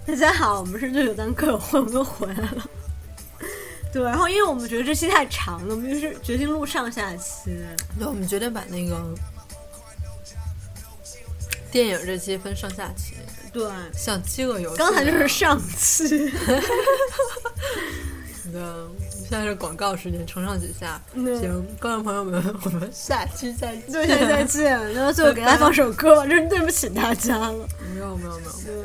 [SPEAKER 2] 大家好，我们是醉酒当歌友会，我们又回来了。对，然后因为我们觉得这期太长了，我们就是决定录上下期。
[SPEAKER 3] 那我们决定把那个电影这期分上下期，
[SPEAKER 2] 对，
[SPEAKER 3] 像《饥饿游戏》。
[SPEAKER 2] 刚才就是上期，
[SPEAKER 3] 你的，啊现在是广告时间，承上启下。
[SPEAKER 2] 嗯
[SPEAKER 3] 行，观众朋友们，我们下期再见。
[SPEAKER 2] 对，再见。然后最后给大家放首歌吧，真是对不起大家了。
[SPEAKER 3] 没有没有没有，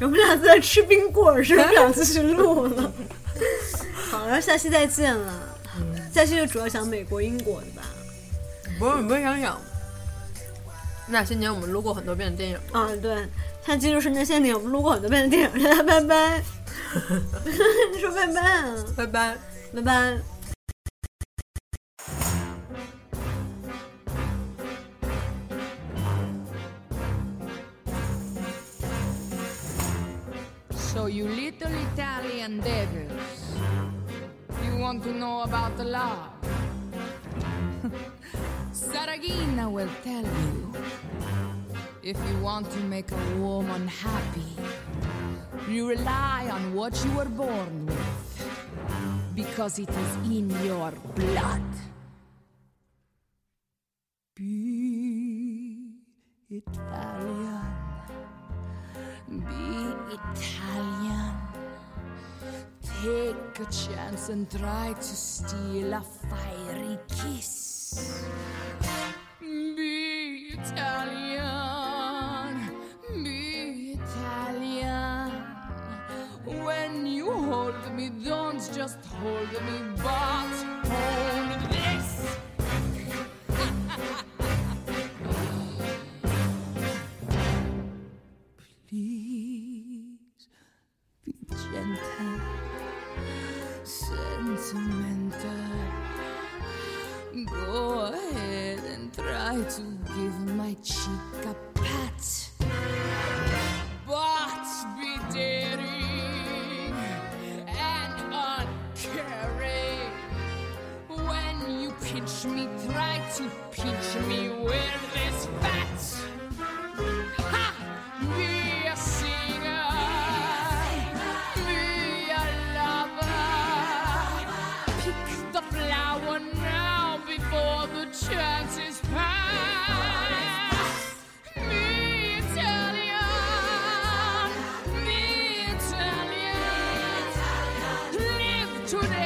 [SPEAKER 2] 我们俩在吃冰棍儿，是不想继续录了？ 好，然后下期再见了。下期就主要讲美国、英国的吧。
[SPEAKER 3] 不是，你不是想想，那些年我们录过很多遍的电影，
[SPEAKER 2] 啊，对，下期就是那些年我们录过很多遍的电影，大家拜 拜。你说拜拜啊，
[SPEAKER 3] 拜拜。
[SPEAKER 2] 拜拜。
[SPEAKER 6] So you little Italian devils, you want to know about the law? Saragina will tell you. If you want to make a woman happy, you rely on what you were born with, because it is in your blood. Be Italian be Italian. Take a chance and try to steal a fiery kiss. Be Italian, be Italian. When you hold me, don't just hold me, but hold this. please be gentle, sentimental. Go ahead and try to give my cheek a pat, but be daring and uncaring. When you pinch me, try to pinch me with this fat. Ha! Be a singer. Be today.